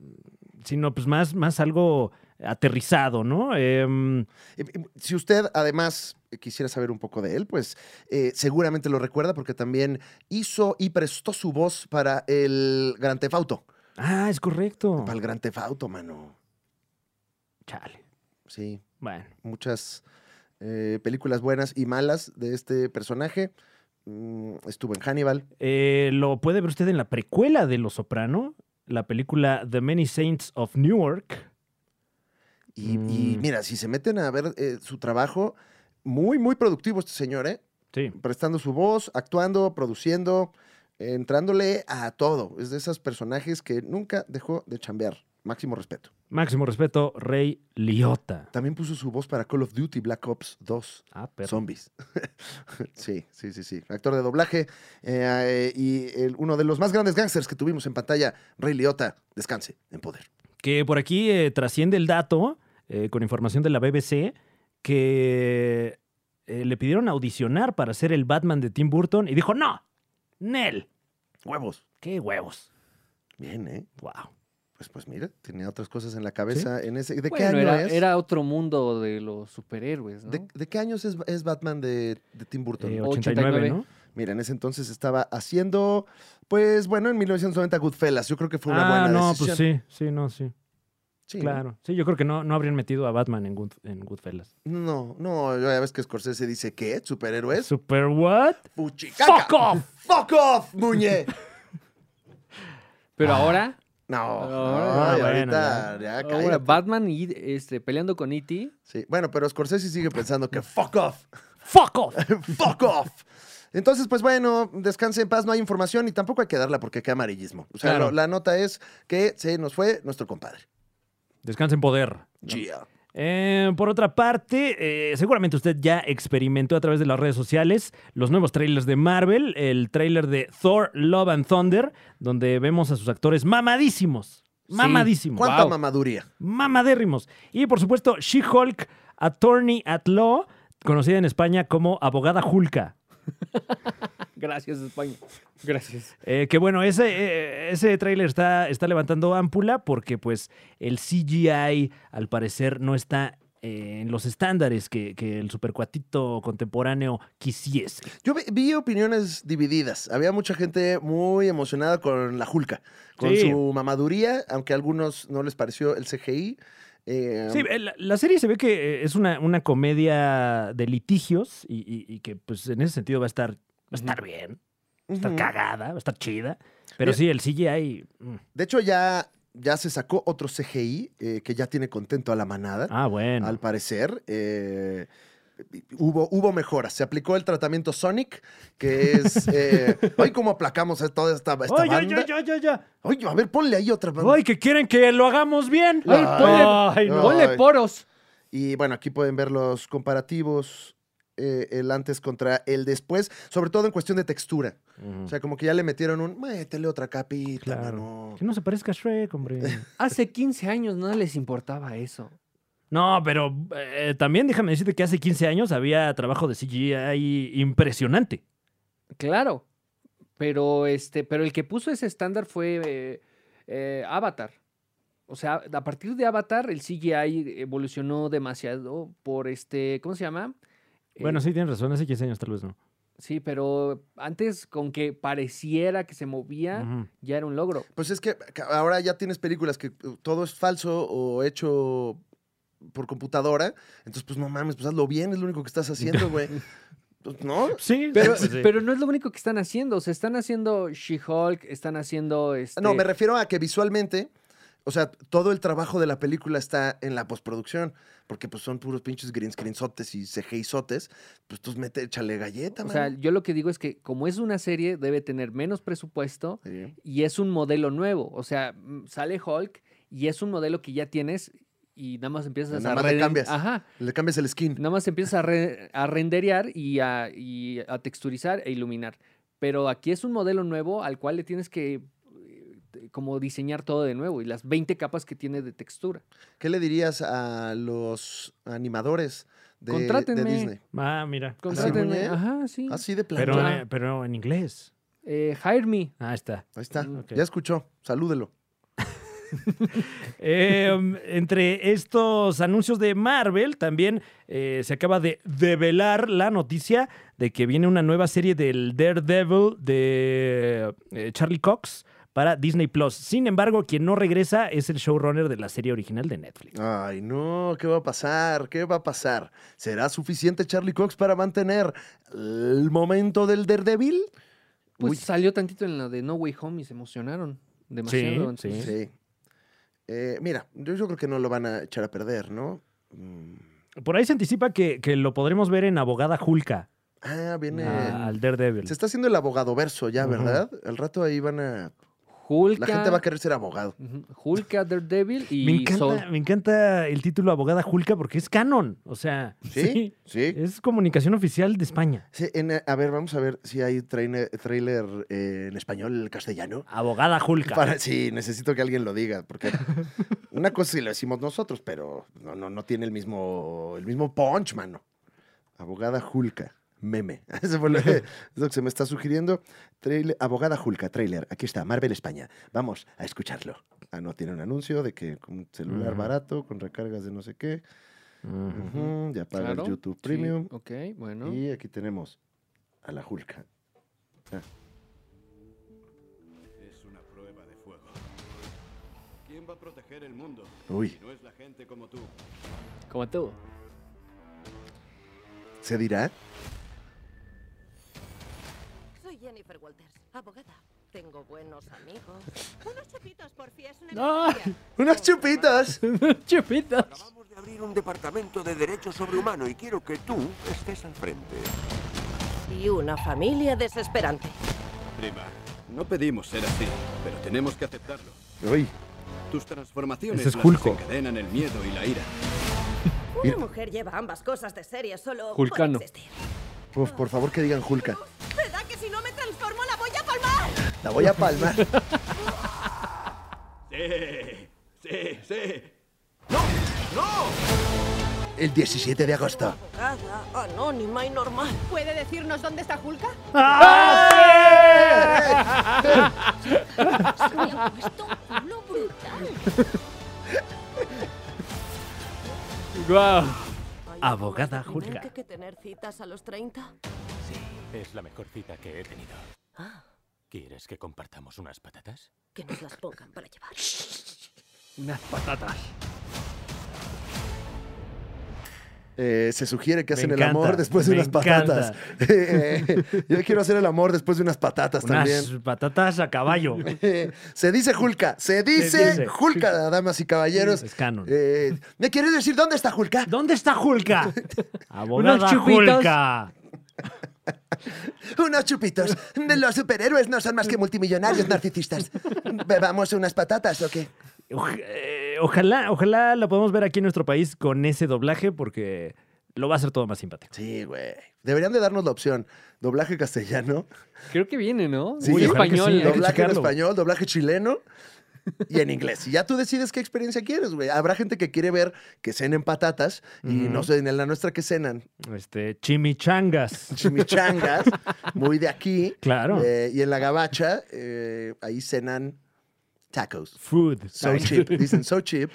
sino pues más, más algo aterrizado, ¿no? Em,
Eh, eh, Si usted además eh, quisiera saber un poco de él, pues eh, seguramente lo recuerda porque también hizo y prestó su voz para el Gran Tefauto.
ah, es correcto.
Para el Gran Tefauto, mano.
Chale.
Sí,
Bueno,
muchas eh, películas buenas y malas de este personaje. Mm, estuvo en Hannibal.
eh, lo puede ver usted en la precuela de Los Soprano, la película The Many Saints of Newark.
Y, y
Mm.
mira, si se meten a ver eh, su trabajo, muy, muy productivo este señor, ¿eh?
Sí.
prestando su voz, actuando, produciendo, entrándole a todo. Es de esos personajes que nunca dejó de chambear. Máximo respeto.
Máximo respeto, Rey Liotta.
También puso su voz para Call of Duty Black Ops 2.
Ah, perro.
Zombies. (laughs) sí, sí, sí, sí. Actor de doblaje eh, eh, y el- uno de los más grandes gángsters que tuvimos en pantalla, Rey Liotta. Descanse en poder.
Que por aquí eh, trasciende el dato, eh, con información de la BBC, que eh, le pidieron audicionar para ser el Batman de Tim Burton y dijo, no, Nel,
Huevos.
qué huevos.
Bien, ¿eh?
Wow.
Pues, pues mira, tenía otras cosas en la cabeza. En ese, ¿De
Bueno,
qué año
era,
es?
era otro mundo de los superhéroes, ¿no?
¿De, de qué años es, es Batman de, de Tim Burton?
Eh, 89,
89,
¿no?
Mira, en ese entonces estaba haciendo, pues bueno, en 1990 Goodfellas. Yo creo que fue una
ah,
buena
no,
decisión.
pues sí, sí, no, sí,
Sí,
claro. Sí, yo creo que no, no habrían metido a Batman en, Good- en Goodfellas.
No, no, ya ves que Scorsese dice, ¿qué? ¿Superhéroes?
¿Super what?
¡Fuchicaca!
¡Fuck off!
¡Fuck off, Muñe!
(laughs)
Ah,
Pero ahora,
No,
Ah,
no, y
bueno,
ahorita ya,
ahora
ah, cállate.
Batman y este, peleando con E.T.
Sí, bueno, pero Scorsese sigue pensando
(laughs)
que fuck off, (laughs)
¡Fuck off!
fuck off. Entonces, pues bueno, descanse en paz, no hay información y tampoco hay que darla porque qué amarillismo. O sea,
Claro.
lo- la nota es que se nos fue nuestro compadre.
Descansa en poder.
Yeah.
Eh, por otra parte, eh, seguramente usted ya experimentó a través de las redes sociales los nuevos trailers de Marvel, el trailer de Thor, Love and Thunder, donde vemos a sus actores mamadísimos,
Sí.
mamadísimos,
¿Cuánta
Wow.
mamaduría?
mamadérrimos. Y por supuesto, She-Hulk, Attorney at Law, conocida en España como Abogada Julka.
(laughs) Gracias, España. Gracias.
Eh, que bueno, ese, eh, ese tráiler está, está levantando ámpula porque pues el CGI al parecer no está eh, en los estándares que, que el supercuatito contemporáneo quisiese.
Yo vi, vi opiniones divididas. Había mucha gente muy emocionada con la Julka, con
Sí.
su mamaduría, aunque a algunos no les pareció el CGI. Eh,
Sí, eh, la, la serie se ve que eh, es una, una comedia de litigios y, y- y que pues en ese sentido va a estar, va a estar bien, va a estar
ujú.
cagada, va a estar chida. Pero
Mira.
sí, el CGI... mm.
De hecho, ya, ya se sacó otro CGI eh, que ya tiene contento a la manada,
Ah, bueno.
al parecer. Eh, Hubo, hubo mejoras. Se aplicó el tratamiento Sonic, que
(laughs)
es. eh, ¡Ay, cómo aplacamos a toda esta, esta
¡Ay, ay,
banda!
ay, ay, ay, ay!
Ay, a ver, ponle ahí otra banda.
¡Ay, que quieren que lo hagamos bien!
Ay, ponle-
Ay, no.
Ponle
Ay.
poros.
Y bueno, aquí pueden ver los comparativos, eh, el antes contra el después, sobre todo en cuestión de textura. O sea, como que ya le metieron un, métele otra capita,
Claro.
mano".
Que no se parezca a Shrek, hombre.
Hace 15 años no les importaba eso.
(laughs) No, pero eh, también déjame decirte que hace 15 años había trabajo de CGI impresionante.
Claro. Pero este, pero el que puso ese estándar fue eh, eh, Avatar. O sea, a partir de Avatar, el CGI evolucionó demasiado por este. ¿Cómo se llama? Eh,
Bueno, sí, tienes razón, hace 15 años tal vez no.
Sí, pero antes con que pareciera que se movía,
Ujú.
ya era un logro.
Pues es que ca- ahora ya tienes películas que uh, todo es falso o hecho por computadora. Entonces, pues no mames, pues hazlo bien, es lo único que estás haciendo,
(laughs)
güey. Pues, ¿No?
Sí,
Pero,
sí, sí.
pero no es lo único que están haciendo. O sea, están haciendo She-Hulk, están haciendo. Este,
No, me refiero a que visualmente, o sea, todo el trabajo de la película está en la postproducción, porque pues son puros pinches green screensotes y CGI-sotes, pues tú mete, échale galleta,
O sea,
mano.
yo lo que digo es que como es una serie, debe tener menos presupuesto
Sí.
y es un modelo nuevo. O sea, mm, sale Hulk y es un modelo que ya tienes y nada más empiezas
Nada
a
más le
reden-
cambias.
Ajá,
Le cambias el skin.
nada más empiezas a, re- a renderear y a, y a texturizar e iluminar. Pero aquí es un modelo nuevo al cual le tienes que eh, te- como diseñar todo de nuevo y las 20 capas que tiene de textura.
¿Qué le dirías a los animadores de, de
Contrátenme.
Disney?
Ah, mira.
Contrátenme.
Contrátenme. Ajá, sí.
Así de plano.
Pero,
Ah.
eh, pero en inglés.
Eh, hire me.
Ah, está.
Ahí está.
Mm,
ok.
Ya escuchó. Salúdelo.
Eh, entre estos anuncios de Marvel, también eh, se acaba de develar la noticia de que viene una nueva serie del Daredevil de eh, Charlie Cox para Disney Plus. Sin embargo, quien no regresa es el showrunner de la serie original de Netflix.
Ay, no, ¿qué va a pasar? ¿Qué va a pasar? ¿Será suficiente Charlie Cox para mantener el momento del Daredevil?
Pues
Uy.
salió tantito en la de No Way Home y se emocionaron demasiado.
Sí,
entonces-
Sí. Eh, mira, yo, yo creo que no lo van a echar a perder, ¿no? Mm.
Por ahí se anticipa que, que lo podremos ver en Abogada Julka,
Ah, viene.
a- al Daredevil.
Se está haciendo el abogado verso ya,
Ujú.
¿verdad? Al rato ahí van a. La
Hulka,
gente va a querer ser abogado.
Ujú, Hulka, Daredevil y
Me encanta,
Saul.
me encanta el título Abogada Julka porque es canon. O sea, (laughs)
¿Sí? Sí.
es comunicación oficial de España.
Sí, en- a ver, vamos a ver si hay traine- trailer eh, en español, castellano.
Abogada Julka.
Para, sí, necesito que alguien lo diga, porque una cosa sí lo decimos nosotros, pero no, no, no tiene el mismo, el mismo punch, mano. Abogada Julka, meme. (laughs) Eso fue lo, es lo que se me está sugiriendo. Trailer- Abogada Julka, trailer. Aquí está, Marvel España. Vamos a escucharlo. Ah, no, tiene un anuncio de que con un celular
Ujú.
barato, con recargas de no sé qué.
Ujú.
Ujú, ya paga
Claro,
el YouTube
sí,
Premium.
Ok, bueno.
Y aquí tenemos a la Julka. Ah.
Es una prueba de fuego. ¿Quién va a proteger el mundo?
Uy,
Si no es la gente como tú.
Como tú.
¿se dirá?
Soy Jennifer Walters, abogada. Tengo buenos amigos. Unos chupitos, por fi, es una
No.
emergencia.
¡Unas chupitas!
Chupitas.
Acabamos de abrir un departamento de derecho sobrehumano y quiero que tú estés al frente.
Y una familia desesperante.
Prima, no pedimos ser así, pero tenemos que aceptarlo.
Uy,
Tus transformaciones
Ese es
las
Hulko.
desencadenan el miedo y la ira.
Una mujer lleva ambas cosas de serie solo
Julcano.
por existir.
uf, por favor que digan Julka.
¿Verdad que si no me transformo la voy a palmar?
La voy a palmar.
(laughs) ¡Sí! ¡Sí! ¡Sí!
El 17 de agosto.
Abogada, anónima y normal.
¿Puede decirnos dónde está Julka?
¡Ah,
Se me ha puesto un culo brutal.
Guau.
Ay,
Abogada
¿es deprimente
Julka.
que tener citas a los 30?
Es la mejor cita que he tenido.
Ah,
¿Quieres que compartamos unas patatas?
que nos las pongan para llevar.
Unas patatas.
Eh, se sugiere que
Me
hacen el
encanta,
amor después de
me
unas patatas. (laughs) Eh, yo quiero hacer el amor después de unas patatas
Unas
también.
patatas a (laughs) caballo.
Eh, (laughs) se dice Julka. Se dice
dice.
Julka, damas y caballeros.
Es canon.
Eh, ¿Me quieres decir dónde está Julka?
¿Dónde está (laughs) Julka? Abogada
Unos chupitos.
Julka.
Unos chupitos. De Los superhéroes no son más que multimillonarios narcisistas. ¿Bebamos unas patatas o qué?
Oj- eh, ojalá, ojalá la podamos ver aquí en nuestro país con ese doblaje porque lo va a hacer todo más simpático.
Sí, güey. Deberían de darnos la opción. Doblaje castellano,
Creo que viene, ¿no?
Sí,
Muy
ojalá
que
español.
sí,
¿eh?
Hay que
doblaje en
checarlo.
español, doblaje chileno y en inglés. Y ya tú decides qué experiencia quieres, güey. Habrá gente que quiere ver que cenen patatas y
Ujú.
no sé, en la nuestra que cenan
Este,
(laughs)
chimichangas.
chimichangas, muy de aquí.
Claro.
Eh, y en la gabacha, eh, ahí cenan tacos.
Food.
So cheap, dicen so cheap,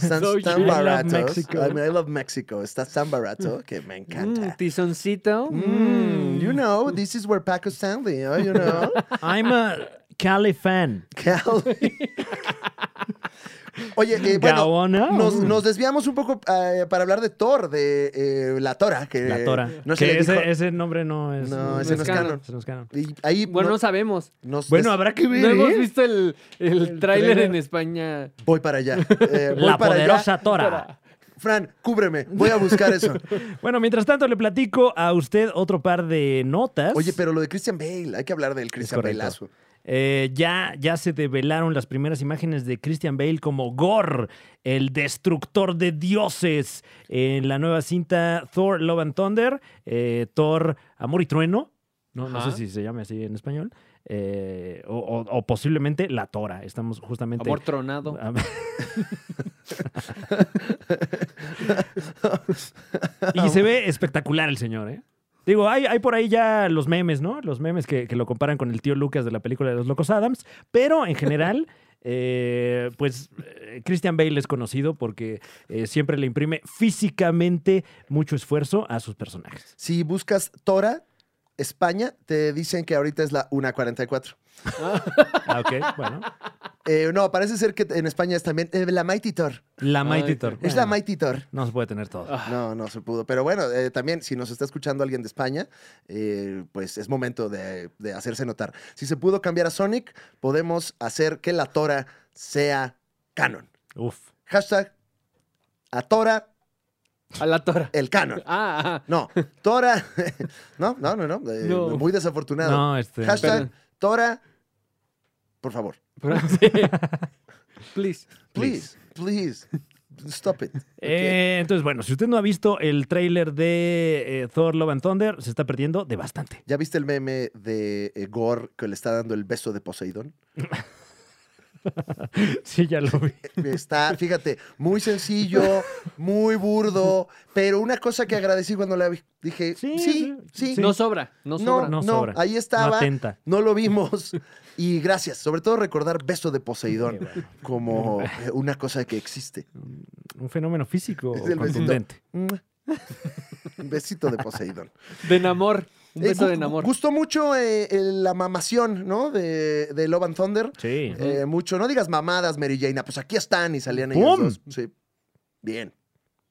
están
So
tan
cheap. I love
baratos.
Mexico.
I, mean, I love Mexico, está tan barato que me
Mm,
encanta.
tizoncito.
Mm, you know, this is where Paco Stanley, oh, you
(laughs)
know.
(laughs) I'm a Cali fan.
Cali. Oye, eh, bueno,
Gaona. Mm.
nos, nos desviamos un poco eh, para hablar de Thor, de eh, la Tora, que
La Tora.
no se
Que
le
ese,
dijo-
ese nombre no es.
No, ese no es canon.
Ese no es canon.
y ahí
Bueno,
no-
no, sabemos.
nos
Bueno,
des-
habrá que ver.
No hemos
¿eh?
visto el, el tráiler
tráiler.
en España.
voy para allá.
(laughs)
eh, voy
La
para allá.
poderosa Tora.
Fran, cúbreme, voy a buscar eso.
Bueno, mientras tanto le platico a usted otro par de notas.
Oye, pero lo de Christian Bale, hay que hablar del Christian
correcto.
Baleazo.
Eh, ya, ya se develaron las primeras imágenes de Christian Bale como Gore, el destructor de dioses, en la nueva cinta Thor Love and Thunder, eh, Thor Amor y Trueno, no, no sé
Ajá.
si se llame así en español, eh, o, o- o posiblemente La Tora. Estamos justamente...
Amor tronado.
A ver. Ah,
(laughs)
y se ve espectacular el señor, ¿eh? Digo, hay, hay por ahí ya los memes, ¿no? Los memes que, que lo comparan con el tío Lucas de la película de los Locos Adams, pero
(laughs)
en general, eh, pues eh, Christian Bale es conocido porque eh, siempre le imprime físicamente mucho esfuerzo a sus personajes.
Si buscas Tora, España, te dicen que ahorita es la 1.44.
Ah, ok, bueno.
Eh, no, parece ser que en España es también eh, la Mighty Thor. (laughs)
La
Ay,
Mighty Thor.
Es la
Bueno,
Mighty Thor.
No se puede tener todo.
Ah.
No, no se pudo. Pero bueno, eh, también si nos está escuchando alguien de España, eh, pues es momento de, de hacerse notar. Si se pudo cambiar a Sonic, podemos hacer que la Tora sea canon.
Uf.
Hashtag a Tora
A la tora.
el canon.
(laughs) Ah, ah,
No, Tora. (laughs) No, no, no, no. eh,
No.
Muy desafortunado.
No, este.
Hashtag
(laughs)
Perdón.
Tora. Por favor.
pero- sí. Please.
Please, please. Stop it.
Eh, entonces, bueno, si usted no ha visto el tráiler de eh, Thor Love and Thunder, se está perdiendo
(laughs)
de bastante.
¿Ya viste el meme de eh, Gore que le está dando el beso de Poseidón?
Sí, ya lo vi.
Eh, Está, fíjate, muy sencillo, muy burdo, pero una cosa que agradecí cuando la vi, dije,
Sí,
sí, sí,
sí, sí.
No sobra, no sobra.
No, no,
No sobra.
ahí
No
estaba, no,
atenta.
lo vimos. (laughs) Y gracias, sobre todo recordar Beso de Poseidón
Qué bueno.
como eh, una cosa que existe.
Un fenómeno físico
Es el
contundente.
Mua. Un besito de Poseidón.
De enamor. Un
Eh,
beso
gu-
de enamor.
Gustó mucho eh, el- la mamación, ¿no? De, de Love and Thunder.
Sí.
Eh, mucho, no digas mamadas, Mary Jane, ah, pues aquí están y salían ellos
¡Pum!
dos. Sí. Bien.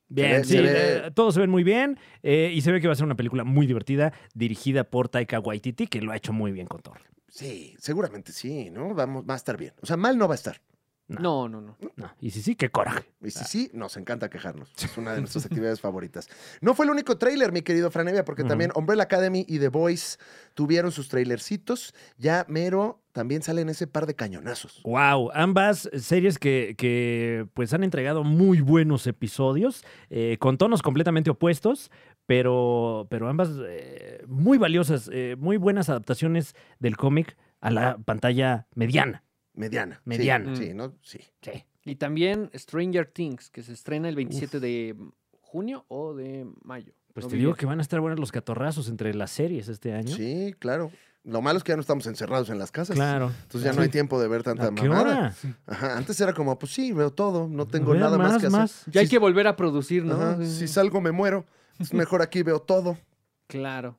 Bien,
se
sí,
ve- se
eh, todos se ven muy bien eh, y se ve que va a ser una película muy divertida dirigida por Taika Waititi, que lo ha hecho muy bien con Thor.
Sí, seguramente sí, ¿no? Vamos, va a estar bien. O sea, mal no va a estar.
No, no, no.
No, Y sí, sí, qué coraje.
Y si sí, nos encanta quejarnos. Es
(laughs)
una de nuestras actividades favoritas. No fue el único tráiler, mi querido Franevia, porque
Ujú.
también Umbrella Academy y The Voice tuvieron sus trailercitos. Ya mero también salen ese par de cañonazos.
Wow, ambas series que, que, pues han entregado muy buenos episodios, eh, con tonos completamente opuestos, pero, pero ambas eh, muy valiosas, eh, muy buenas adaptaciones del cómic a la pantalla mediana.
Mediana. sí,
Mediana.
Sí, ¿no? Sí.
Sí.
Y también Stranger Things, que se estrena el 27 de junio o de mayo.
Pues
No
te
vi
digo
bien.
que van a estar buenos los catorrazos entre las series este año.
Sí, claro. Lo malo es que ya no estamos encerrados en las casas.
Claro.
Entonces ya no hay tiempo de ver tanta
¿A qué
mamada.
hora?
Ajá, Antes era como, pues sí, veo todo, no tengo
Vean
nada más, que hacer.
más.
Ya hay que volver a producir, ¿no?
Ajá,
Sí,
Si salgo me muero. Es mejor aquí veo todo.
Claro.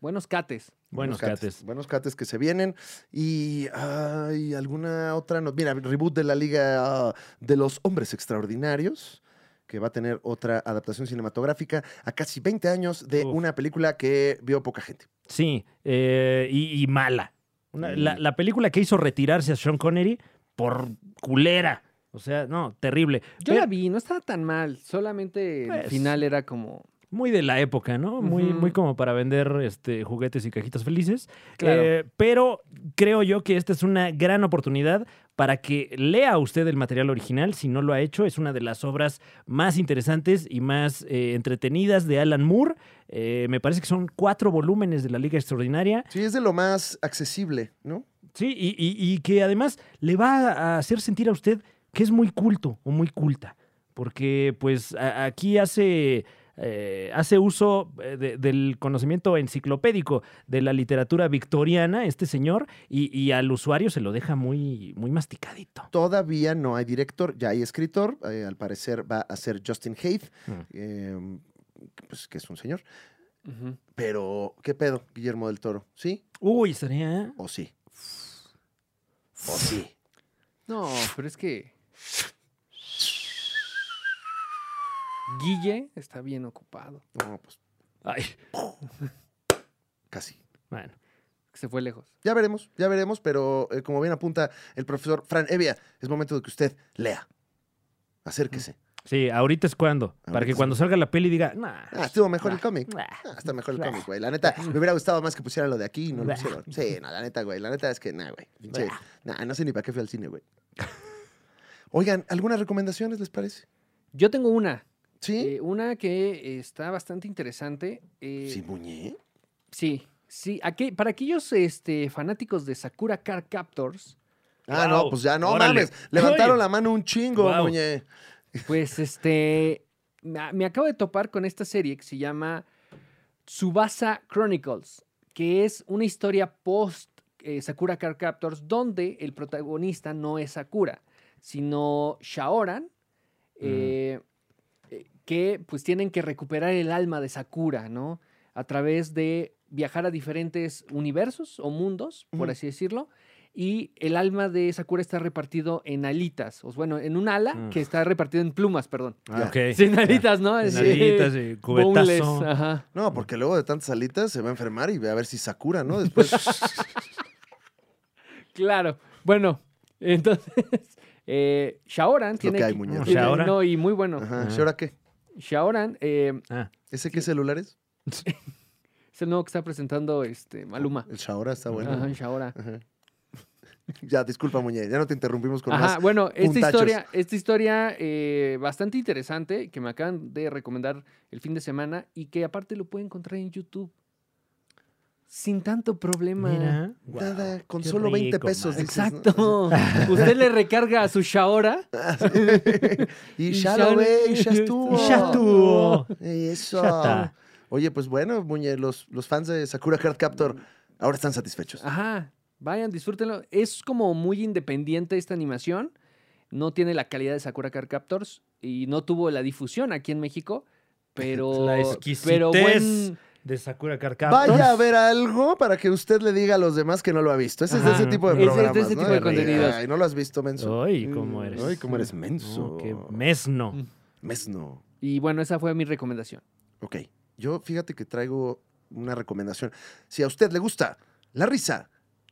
Buenos cates.
Buenos cates.
Buenos cates que se vienen. Y hay alguna otra. no- Mira, reboot de la Liga ah, de los Hombres Extraordinarios, que va a tener otra adaptación cinematográfica a casi 20 años de
Uf.
una película que vio poca gente.
Sí, eh, y, y mala. Una- la,
Mm.
la película que hizo retirarse a Sean Connery por culera. O sea, no, terrible.
Yo
Pero
la vi, no estaba tan mal. Solamente el
Pues.
final era como.
Muy de la época, ¿no? Muy,
Ujú.
muy como para vender este, juguetes y cajitas felices.
Claro.
Eh, pero creo yo que esta es una gran oportunidad para que lea usted el material original. Si no lo ha hecho, es una de las obras más interesantes y más eh, entretenidas de Alan Moore. Eh, me parece que son cuatro volúmenes de la Liga Extraordinaria.
Sí, es de lo más accesible, ¿no?
Sí, y, y- y que además le va a hacer sentir a usted que es muy culto o muy culta, porque pues a- aquí hace, eh, hace uso eh, de- del conocimiento enciclopédico de la literatura victoriana, este señor, y, y al usuario se lo deja muy, muy masticadito.
Todavía no hay director, ya hay escritor. eh, al parecer va a ser Justin Haith,
Mm.
eh, pues, que es un señor.
ujú.
Pero, ¿qué pedo, Guillermo del Toro? ¿Sí
Uy, estaría...
o sí? ¿O sí?
No, pero es que. Guille está bien ocupado.
No, pues
Ay,
casi.
bueno.
Se fue lejos.
Ya veremos, ya veremos, pero eh, como bien apunta el profesor Fran Evia, es momento de que usted lea. Acérquese.
Sí, ahorita es cuando, para
Ahorita
que
sí.
cuando salga la peli diga... Nah,
Ah, estuvo mejor el
nah,
cómic.
nah".
Ah, está mejor el
Bah.
cómic, güey. La neta, me hubiera gustado más que pusieran lo de aquí y no lo
Bah.
pusieron. Sí, no, la neta, güey. La neta es que, nah, güey. Pinche-
Bah.
nah, no sé ni para qué fui al cine, güey. Oigan, ¿algunas recomendaciones les parece?
Yo tengo una.
¿Sí?
eh, una que está bastante interesante. eh,
Sí, Muñe.
Sí, sí. aquel- para aquellos este, fanáticos de Sakura Car Captors,
Ah,
Wow,
no, pues ya no
órale.
mames. Levantaron
Oye.
la mano un chingo,
Wow.
Muñe.
pues este. Me, me acabo de topar con esta serie que se llama Tsubasa Chronicles, que es una historia post eh, Sakura Car Captors, donde el protagonista no es Sakura, sino Shaoran, eh, eh, que pues tienen que recuperar el alma de Sakura, ¿no? A través de viajar a diferentes universos o mundos, por
Ujú.
así decirlo. Y el alma de Sakura está repartido en alitas, o bueno, en un ala
Mm.
que está repartido en plumas,
(laughs)
perdón.
Ah, ok.
Sí, en alitas, ¿no?
En
Sí.
alitas y
Boneless,
cubetazo.
ajá.
No, porque luego de tantas alitas se va a enfermar y ve a ver si Sakura, ¿no?
(laughs)
Después.
Claro. Bueno, entonces, (laughs) eh, Shaoran tiene...
que hay,
equi-
muñeco.
tiene-
Shaoran.
No, y muy bueno.
Ajá.
Ah.
¿Y ahora qué?
Shaoran eh,
Ah,
¿Ese qué celular es?
es el nuevo que está presentando este, Maluma.
El Shaora está bueno.
Ajá, Shaoran.
Ajá. (laughs) Ya, disculpa, Muñe, ya no te interrumpimos con
Ajá,
más.
bueno, esta
puntachos.
historia, esta historia eh, bastante interesante que me acaban de recomendar el fin de semana y que aparte lo pueden encontrar en YouTube. Sin tanto problema.
mira.
Nada,
Guau,
con
qué
solo 20
rico,
pesos.
man.
dices, ¿no? (laughs)
Exacto. Usted le recarga a su Shaora.
Y
Y
ya
ya-
lo ve, y ya estuvo.
Y ya estuvo.
Eso.
Ya está.
Oye, pues bueno, Muñe, los, los fans de Sakura Card Captor ahora están satisfechos.
Ajá, vayan, disfrútenlo. Es como muy independiente esta animación. No tiene la calidad de Sakura Card Captors y no tuvo la difusión aquí en México, pero
(laughs) La
pero
exquisitez. De Sakura Carcaptor.
Vaya a ver algo para que usted le diga a los demás que no lo ha visto. Ese es
Ajá.
de ese tipo de
Es de- es de
programas.
ese
¿no?
tipo de
Ay,
contenidos.
Ay, no lo has visto, Menso.
Ay, cómo eres.
Ay, cómo eres menso.
No, Uh, qué mesno.
Mm.
Mesno.
Y bueno, esa fue mi recomendación.
Ok. Yo fíjate que traigo una recomendación. Si a usted le gusta la risa,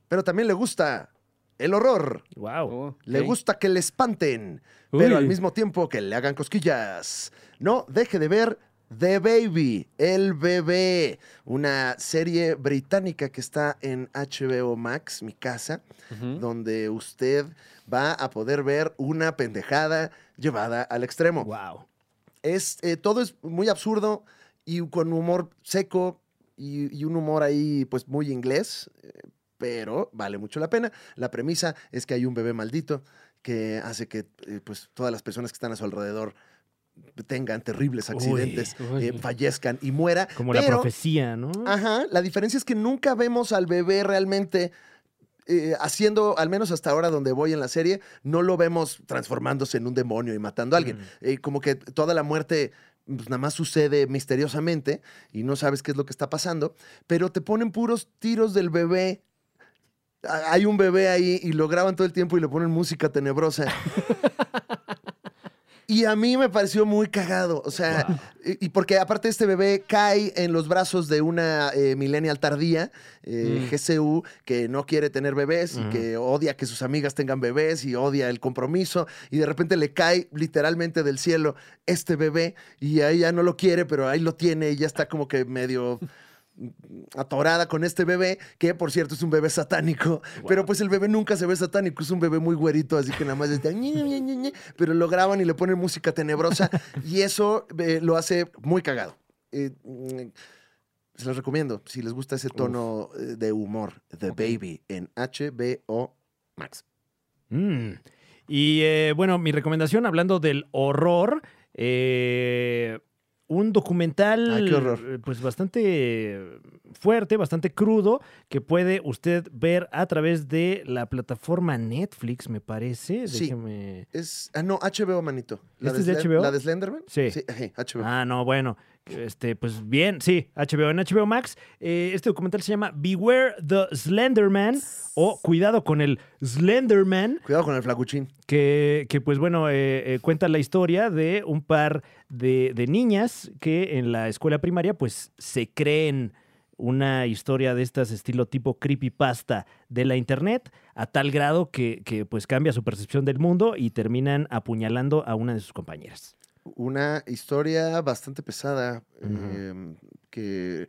pero también le gusta el horror,
Wow.
Oh,
le
ok.
gusta que le espanten, pero al
Uy.
mismo tiempo que le hagan cosquillas, no deje de ver The Baby, El Bebé, una serie británica que está en HBO Max, mi casa,
Ujú.
donde usted va a poder ver una pendejada llevada al extremo.
Wow.
Es, eh, todo es muy absurdo y con humor seco y, y un humor ahí pues muy inglés, eh, pero vale mucho la pena. La premisa es que hay un bebé maldito que hace que eh, pues todas las personas que están a su alrededor tengan terribles
Uy,
accidentes, eh,
uy.
fallezcan y muera.
Como la
pero, Ah,
profecía, ¿no?
Ajá, la diferencia es que nunca vemos al bebé realmente eh, haciendo, al menos hasta ahora donde voy en la serie, no lo vemos transformándose en un demonio y matando a alguien.
Mm.
Eh, como que toda la muerte pues, nada más sucede misteriosamente y no sabes qué es lo que está pasando, pero te ponen puros tiros del bebé. A- Hay un bebé ahí y lo graban todo el tiempo y le ponen música tenebrosa. y a mí me pareció muy cagado. O sea,
Guau.
y y porque aparte este bebé cae en los brazos de una eh, millennial tardía, eh,
Mm.
GCU, que no quiere tener bebés y
Ujú.
que odia que sus amigas tengan bebés y odia el compromiso. Y de repente le cae literalmente del cielo este bebé y ahí ya no lo quiere, pero ahí lo tiene y ya está como que medio atorada con este bebé, que por cierto es un bebé satánico, pero pues el bebé nunca se ve satánico, es un bebé muy güerito, así que nada más está, ñe, ñe, ñe, ñe, pero lo graban y le ponen música tenebrosa y eso eh, lo hace muy cagado. Eh, mm, se los recomiendo, si les gusta ese tono eh, de humor, The Baby, en HBO Max.
Mm. Y eh, bueno, mi recomendación, hablando del horror, eh, un documental
Ay, Ah, qué horror.
eh, pues bastante fuerte, bastante crudo, que puede usted ver a través de la plataforma Netflix, me parece.
Sí.
Déjeme-
Es, ah, no, HBO, manito.
¿Este es de
Slen-
HBO?
¿La de Slenderman?
Sí.
ajá, HBO.
Ah, no, bueno. Este, pues bien, sí, HBO. En HBO Max, eh, este documental se llama Beware the Slenderman o Cuidado con el Slenderman.
Cuidado con el flacuchín.
que, que, pues bueno, eh, eh, cuenta la historia de un par de, de niñas que en la escuela primaria pues se creen una historia de estas estilo tipo creepypasta de la internet a tal grado que, que, pues cambia su percepción del mundo y terminan apuñalando a una de sus compañeras.
una historia bastante pesada
Ujú.
em, que,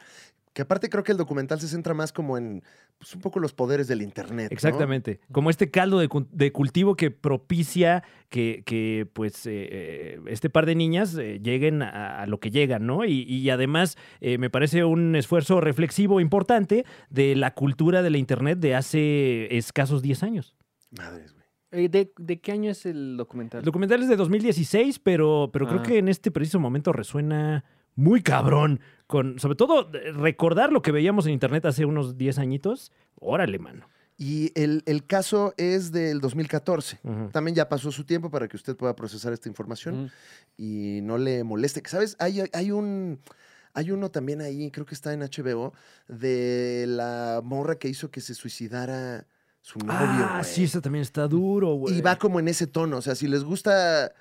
que aparte creo que el documental se centra más como en pues, un poco los poderes del internet. ¿no?
Exactamente. Como este caldo de, cu- de cultivo que propicia que, que, pues, eh, eh, este par de niñas eh, lleguen a, a lo que llegan, ¿no? Y, y además eh, me parece un esfuerzo reflexivo importante de la cultura de la Internet de hace escasos 10 años.
Madres, güey.
Eh, ¿de, de qué año es el documental?
El documental es de 2016, pero, pero creo
Ah.
que en este preciso momento resuena muy cabrón. Con, sobre todo eh, recordar lo que veíamos en Internet hace unos 10 añitos. Órale, mano.
Y el, el caso es del 2014.
Ujú.
También ya pasó su tiempo para que usted pueda procesar esta información
Ujú.
y no le moleste. Que, ¿Sabes? Hay, hay un... Hay uno también ahí, creo que está en HBO, de la morra que hizo que se suicidara su novio.
Ah,
güey.
sí, ese también está duro, güey.
Y va
Pues.
como en ese tono. O sea, si les gusta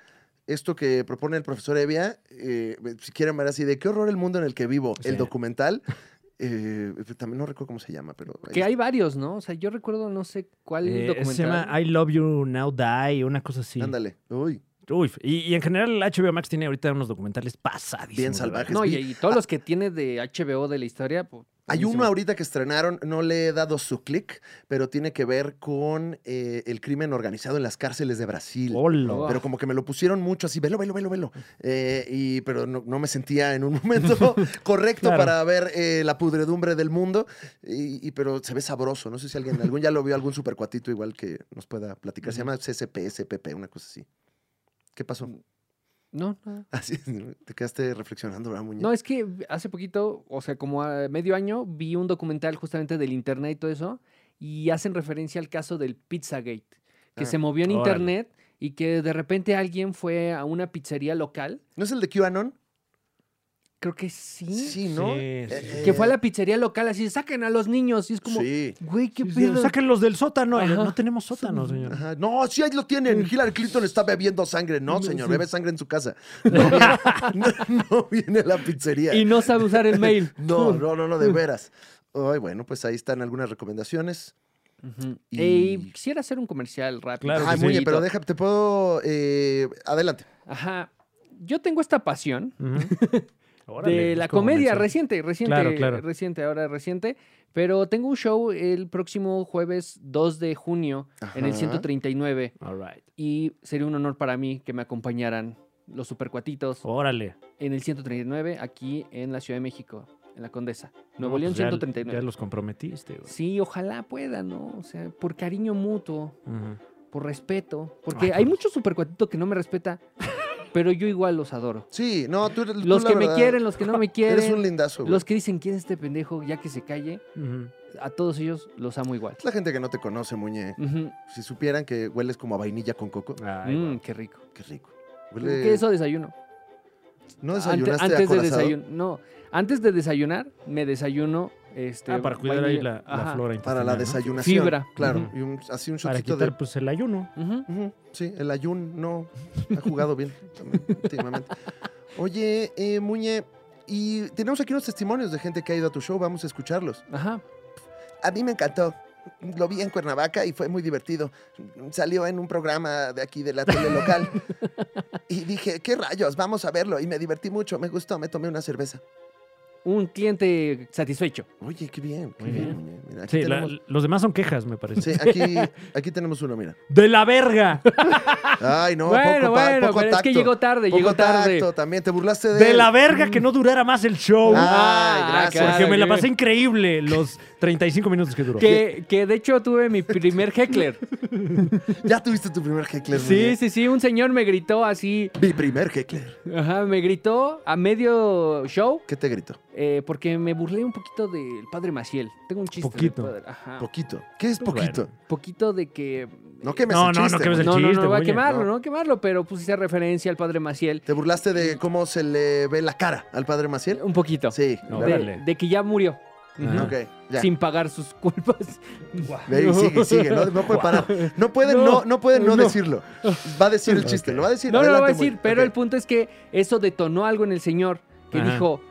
esto que propone el profesor Evia, eh, si quieren ver así, de qué horror el mundo en el que vivo,
Sí.
el documental. (laughs) eh, también no recuerdo cómo se llama, pero. ahí
Que
está.
hay varios, ¿no? O sea, yo recuerdo no sé cuál
Eh,
documental.
se llama I Love You Now Die, una cosa así.
Ándale. Uy,
Uy, y, y en general HBO Max tiene ahorita unos documentales pasadísimos.
bien
de
salvajes.
No, y,
Vi-
y todos los que tiene de HBO de la historia. pues,
Hay
buenísimo.
uno ahorita que estrenaron, no le he dado su clic, pero tiene que ver con eh, el crimen organizado en las cárceles de Brasil.
verdad. Hola.
Oh.
Pero como que me lo pusieron mucho así, velo, velo, velo, velo. Eh, y, pero no, no me sentía en un (laughs)
(laughs)
momento correcto
Claro.
para ver eh, la pudredumbre del mundo. Y, y- pero se ve sabroso. No sé si alguien, algún ya lo vio, algún supercuatito igual que nos pueda platicar. Se llama CCPSPP, una cosa así. ¿Qué pasó?
Mm. No, no.
(laughs) Así, te quedaste reflexionando, ¿verdad, Muñe?
No, es que hace poquito, o sea, como a medio año, vi un documental justamente del internet y todo eso, y hacen referencia al caso del Pizzagate, que
Ah,
se movió en
órale.
internet y que de repente alguien fue a una pizzería local,
¿No es el de QAnon?
creo que sí,
Sí, ¿no?
Sí,
Eh,
sí, sí.
que fue a la pizzería local así, saquen a los niños, y es como,
Sí.
güey, qué
Sí, sí,
pedo.
Sáquenlos del sótano. eh,
Ajá.
No tenemos sótano, señor.
(laughs)
Ajá. No, sí, ahí lo
Mm.
tienen. Hillary Clinton está bebiendo sangre. No, señor, bebe sangre en su casa. No (laughs) viene, no- no viene a la pizzería.
Y no sabe usar el mail.
(laughs) No, no, no, no,
(laughs)
de veras. Ay, bueno, pues ahí están algunas recomendaciones.
Ujú.
Y-
Ey, quisiera hacer un comercial rápido.
Claro que
Ay,
sí.
muy bien, pero déjame, te puedo. eh, adelante.
Ajá. Yo tengo esta pasión
Ujú. Órale,
de
es
la
como
comedia
mensaje.
reciente, reciente,
Claro, claro.
reciente, ahora reciente. Pero tengo un show el próximo jueves 2 de junio en el
Ajá.
139
All right.
y sería un honor para mí que me acompañaran los supercuatitos
Órale.
en el 139 aquí en la Ciudad de México, en la Condesa. Nuevo
No,
León
pues ya-
139.
Ya los comprometiste, güey.
Sí, ojalá pueda, ¿no? O sea, por cariño mutuo,
Ujú.
por respeto, porque
Ay,
hay
por-
muchos supercuatitos que no me respeta, pero yo igual los adoro.
Sí, no, tú, tú,
Los
Pues, la
que me
verdad,
quieren, los que no me
(laughs)
quieren.
Eres un lindazo, güey.
Los que dicen quién es este pendejo, ya que se calle,
Ujú.
a todos ellos los amo igual.
Es la gente que no te conoce, Muñe.
Ujú.
Si supieran que hueles como a vainilla con coco,
Ay,
Mm,
guau.
qué rico.
qué rico. Huele-
¿Qué eso desayuno?
¿No
Ante-
Pues, eh, desayunaste
antes de
acorazado?
desayunar, no, antes de desayunar me desayuno este
Ah, para cuidar ahí la,
vainilla.
la
Ajá.
flora
Para
intestinal.
la
¿no?
desayunación.
Fibra.
Claro,
Ujú.
y un- así un
Para
shotcito
quitar,
de
pues, el ayuno.
Ujú.
Ujú, Sí, el Ayun no ha jugado bien
(laughs)
también últimamente. Oye, eh, Muñe, y tenemos aquí unos testimonios de gente que ha ido a tu show, vamos a escucharlos.
Ajá.
A mí me encantó. Lo vi en Cuernavaca y fue muy divertido. Salió en un programa de aquí de la tele local. y dije, ¿qué rayos? Vamos a verlo. Y me divertí mucho, me gustó, me tomé una cerveza.
Un cliente satisfecho.
Oye, qué bien, qué
Muy
bien,
bien.
Muñe. Mira, aquí
Sí, la-
tenemos...
los demás son quejas, me parece.
Sí, aquí, aquí tenemos uno, mira.
¡De la
(laughs)
verga!
Ay, no,
(laughs) bueno,
poco, pa-
bueno,
poco
pero es que
tacto.
llegó tarde,
Poco
llegó tarde.
tacto, también te burlaste de
¡De
él.
la verga
Mm.
que no durara más el show!
Ay,
Ah,
gracias.
claro.
Porque me la
que-
pasé increíble los 35 minutos que duró.
Que, que de hecho tuve
(laughs)
mi primer heckler.
Ya tuviste tu primer heckler.
sí,
Muñe.
sí, sí, un señor me gritó así,
Mi primer heckler.
ajá, me gritó a medio show
¿Qué te gritó?
Eh, porque me burlé un poquito del padre Maciel. Tengo un chiste. del
Poquito.
padre, ajá.
Poquito. ¿Qué es
Pues
poquito?
poquito de que.
No quemes
No,
el
no, no
chiste.
quemes el
Muñe.
no, no,
chiste,
no, va a
Muñe,
quemarlo,
no.
no. va a quemarlo, pero pues hice referencia al padre Maciel.
¿Te burlaste de cómo se le ve la cara al padre Maciel?
Un poquito.
Sí.
No,
la
vale.
verdad.
de, de que ya murió.
Ah.
Ujú.
Ok, ya.
Sin pagar sus culpas. (laughs)
Ve y sigue, sigue. No, no puede parar. No puede no,
No,
no, puede no,
no.
decirlo. Va a decir el chiste. Lo va a decir.
(laughs) No, no lo voy a
Adelante,
decir,
Muñe.
pero
Ok.
el punto es que eso detonó algo en el señor que
Ajá.
dijo: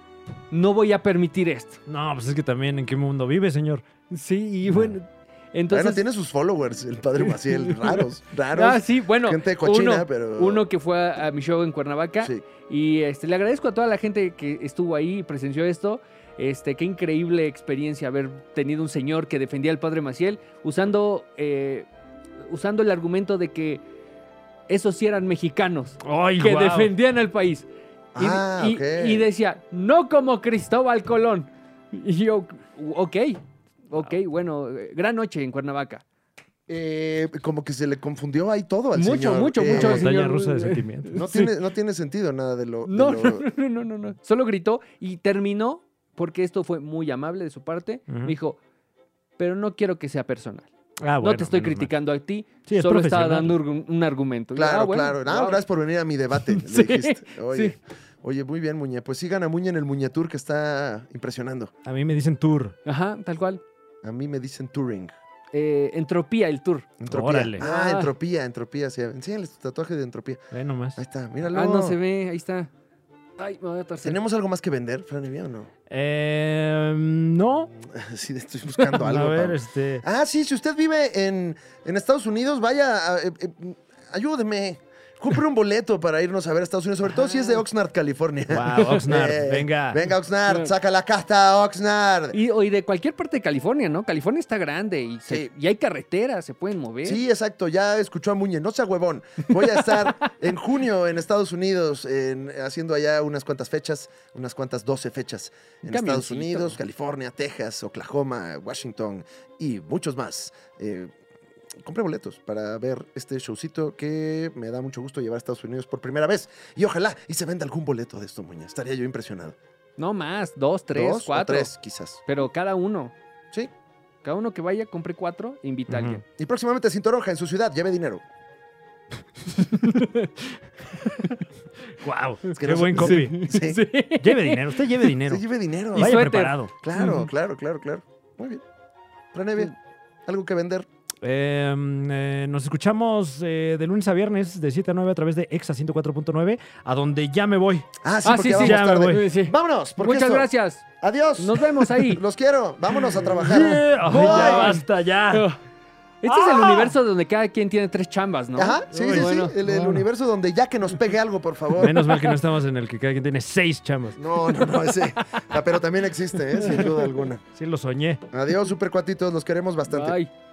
No voy a permitir esto.
No, pues es que también, ¿en qué mundo vive, señor?
Sí, y bueno. Entonces.
Bueno, tiene sus followers, el padre
(laughs)
Maciel. Raros, raros.
Ah, sí, bueno.
Gente cochina,
uno,
pero.
uno que fue a, a mi show en Cuernavaca.
Sí.
Y este, le agradezco a toda la gente que estuvo ahí y presenció esto. Este, qué increíble experiencia haber tenido un señor que defendía al padre Maciel usando, eh, usando el argumento de que esos sí eran mexicanos
¡Ay,
que
guau!
defendían al país. Y,
Ah,
y-
ok.
y decía, no como Cristóbal Colón. Y yo, ok, ok, bueno, eh, gran noche en Cuernavaca.
Eh, como que se le confundió ahí todo al
Mucho,
señor.
mucho,
Eh,
mucho,
Montaña
señor.
rusa de sentimientos.
No
Sí.
tiene, no tiene sentido nada de lo. de
No,
lo-
no, no, no, no, no. Solo gritó y terminó, porque esto fue muy amable de su parte.
Ujú.
Me dijo, pero no quiero que sea personal.
Ah,
no
bueno,
te estoy
menos mal.
criticando a ti,
Sí, es
solo estaba
profesional.
dando un, un argumento. Y yo,
Claro,
Pues, "Ah, bueno,
claro. No,
wow".
gracias por venir a mi debate. le
(laughs) Sí,
dijiste. Oye. Oye, muy bien, Muñe. Pues sigan a Muñe en el Muñe Tour que está impresionando.
A mí me dicen tour.
Ajá, tal cual.
A mí me dicen Touring.
Eh, entropía, el tour.
Entropía.
Órale.
Ah,
Ah.
entropía, entropía. sí. Enséñales tu tatuaje de entropía.
Ve nomás.
Ahí está, míralo.
Ah, no se ve, ahí está. Ay, me voy a torcer.
¿Tenemos algo más que vender, Fran Evia, o no? (laughs)
Eh, no.
sí,
(laughs)
estoy buscando algo.
a ver,
Pablo.
este.
Ah, sí, si usted vive en, en Estados Unidos, vaya, a- eh, eh, ayúdeme. Compre un boleto para irnos a ver a Estados Unidos, sobre todo si es
Ah.
de Oxnard, California.
Wow, Oxnard,
(laughs) Eh,
venga.
Venga, Oxnard,
Claro.
saca la casta, Oxnard.
Y, o y de cualquier parte de California, ¿no? California está grande y, se-
Sí.
y hay carreteras, se pueden mover.
Sí, exacto, ya escuchó a Muñe, no sea huevón. Voy a
(laughs)
estar en junio en Estados Unidos, en- haciendo allá unas cuantas fechas, unas cuantas 12 fechas
Un
en Estados
camioncito.
Unidos, California, Texas, Oklahoma, Washington y muchos más. Eh, compré boletos para ver este showcito que me da mucho gusto llevar a Estados Unidos por primera vez. Y ojalá y se venda algún boleto de esto, Muñe. Estaría yo impresionado.
No más, dos, tres,
Dos o
cuatro.
tres, quizás.
Pero cada uno.
Sí.
Cada uno que vaya, compre cuatro e invita a
Ujú.
alguien.
Y próximamente Cinto Roja en su ciudad, lleve dinero.
Wow.
que
Qué
no sé-
buen copy. (laughs)
Sí. (laughs)
Lleve dinero, usted lleve dinero.
Sí, lleve dinero.
Vaya
suéter.
preparado.
Claro,
Ujú.
claro, claro, claro. Muy bien. Franevia, algo que vender.
Eh, eh, nos escuchamos eh, de lunes a viernes de 7 a 9 a través de Exa 104.9, a donde ya me voy.
Ah, sí,
Ah,
porque
sí,
ya
sí,
vamos
ya me
tarde.
voy.
Sí, sí.
Vámonos, porque
Muchas
esto-
gracias.
Adiós.
Nos vemos ahí.
(laughs) Los quiero. Vámonos a trabajar.
Ay,
Bye.
ya basta, ya.
Este es el universo donde cada quien tiene tres chambas, ¿no?
¡Ah! Ajá, sí,
Uy,
sí,
bueno,
sí. El, el
bueno.
universo donde ya que nos pegue algo, por favor.
Menos mal que no estamos en el que cada quien tiene seis chambas.
No, no, no, ese. Ah, Pero también existe, ¿eh? sin duda alguna.
Sí, lo soñé.
Adiós, supercuatitos. Los queremos bastante.
Ay.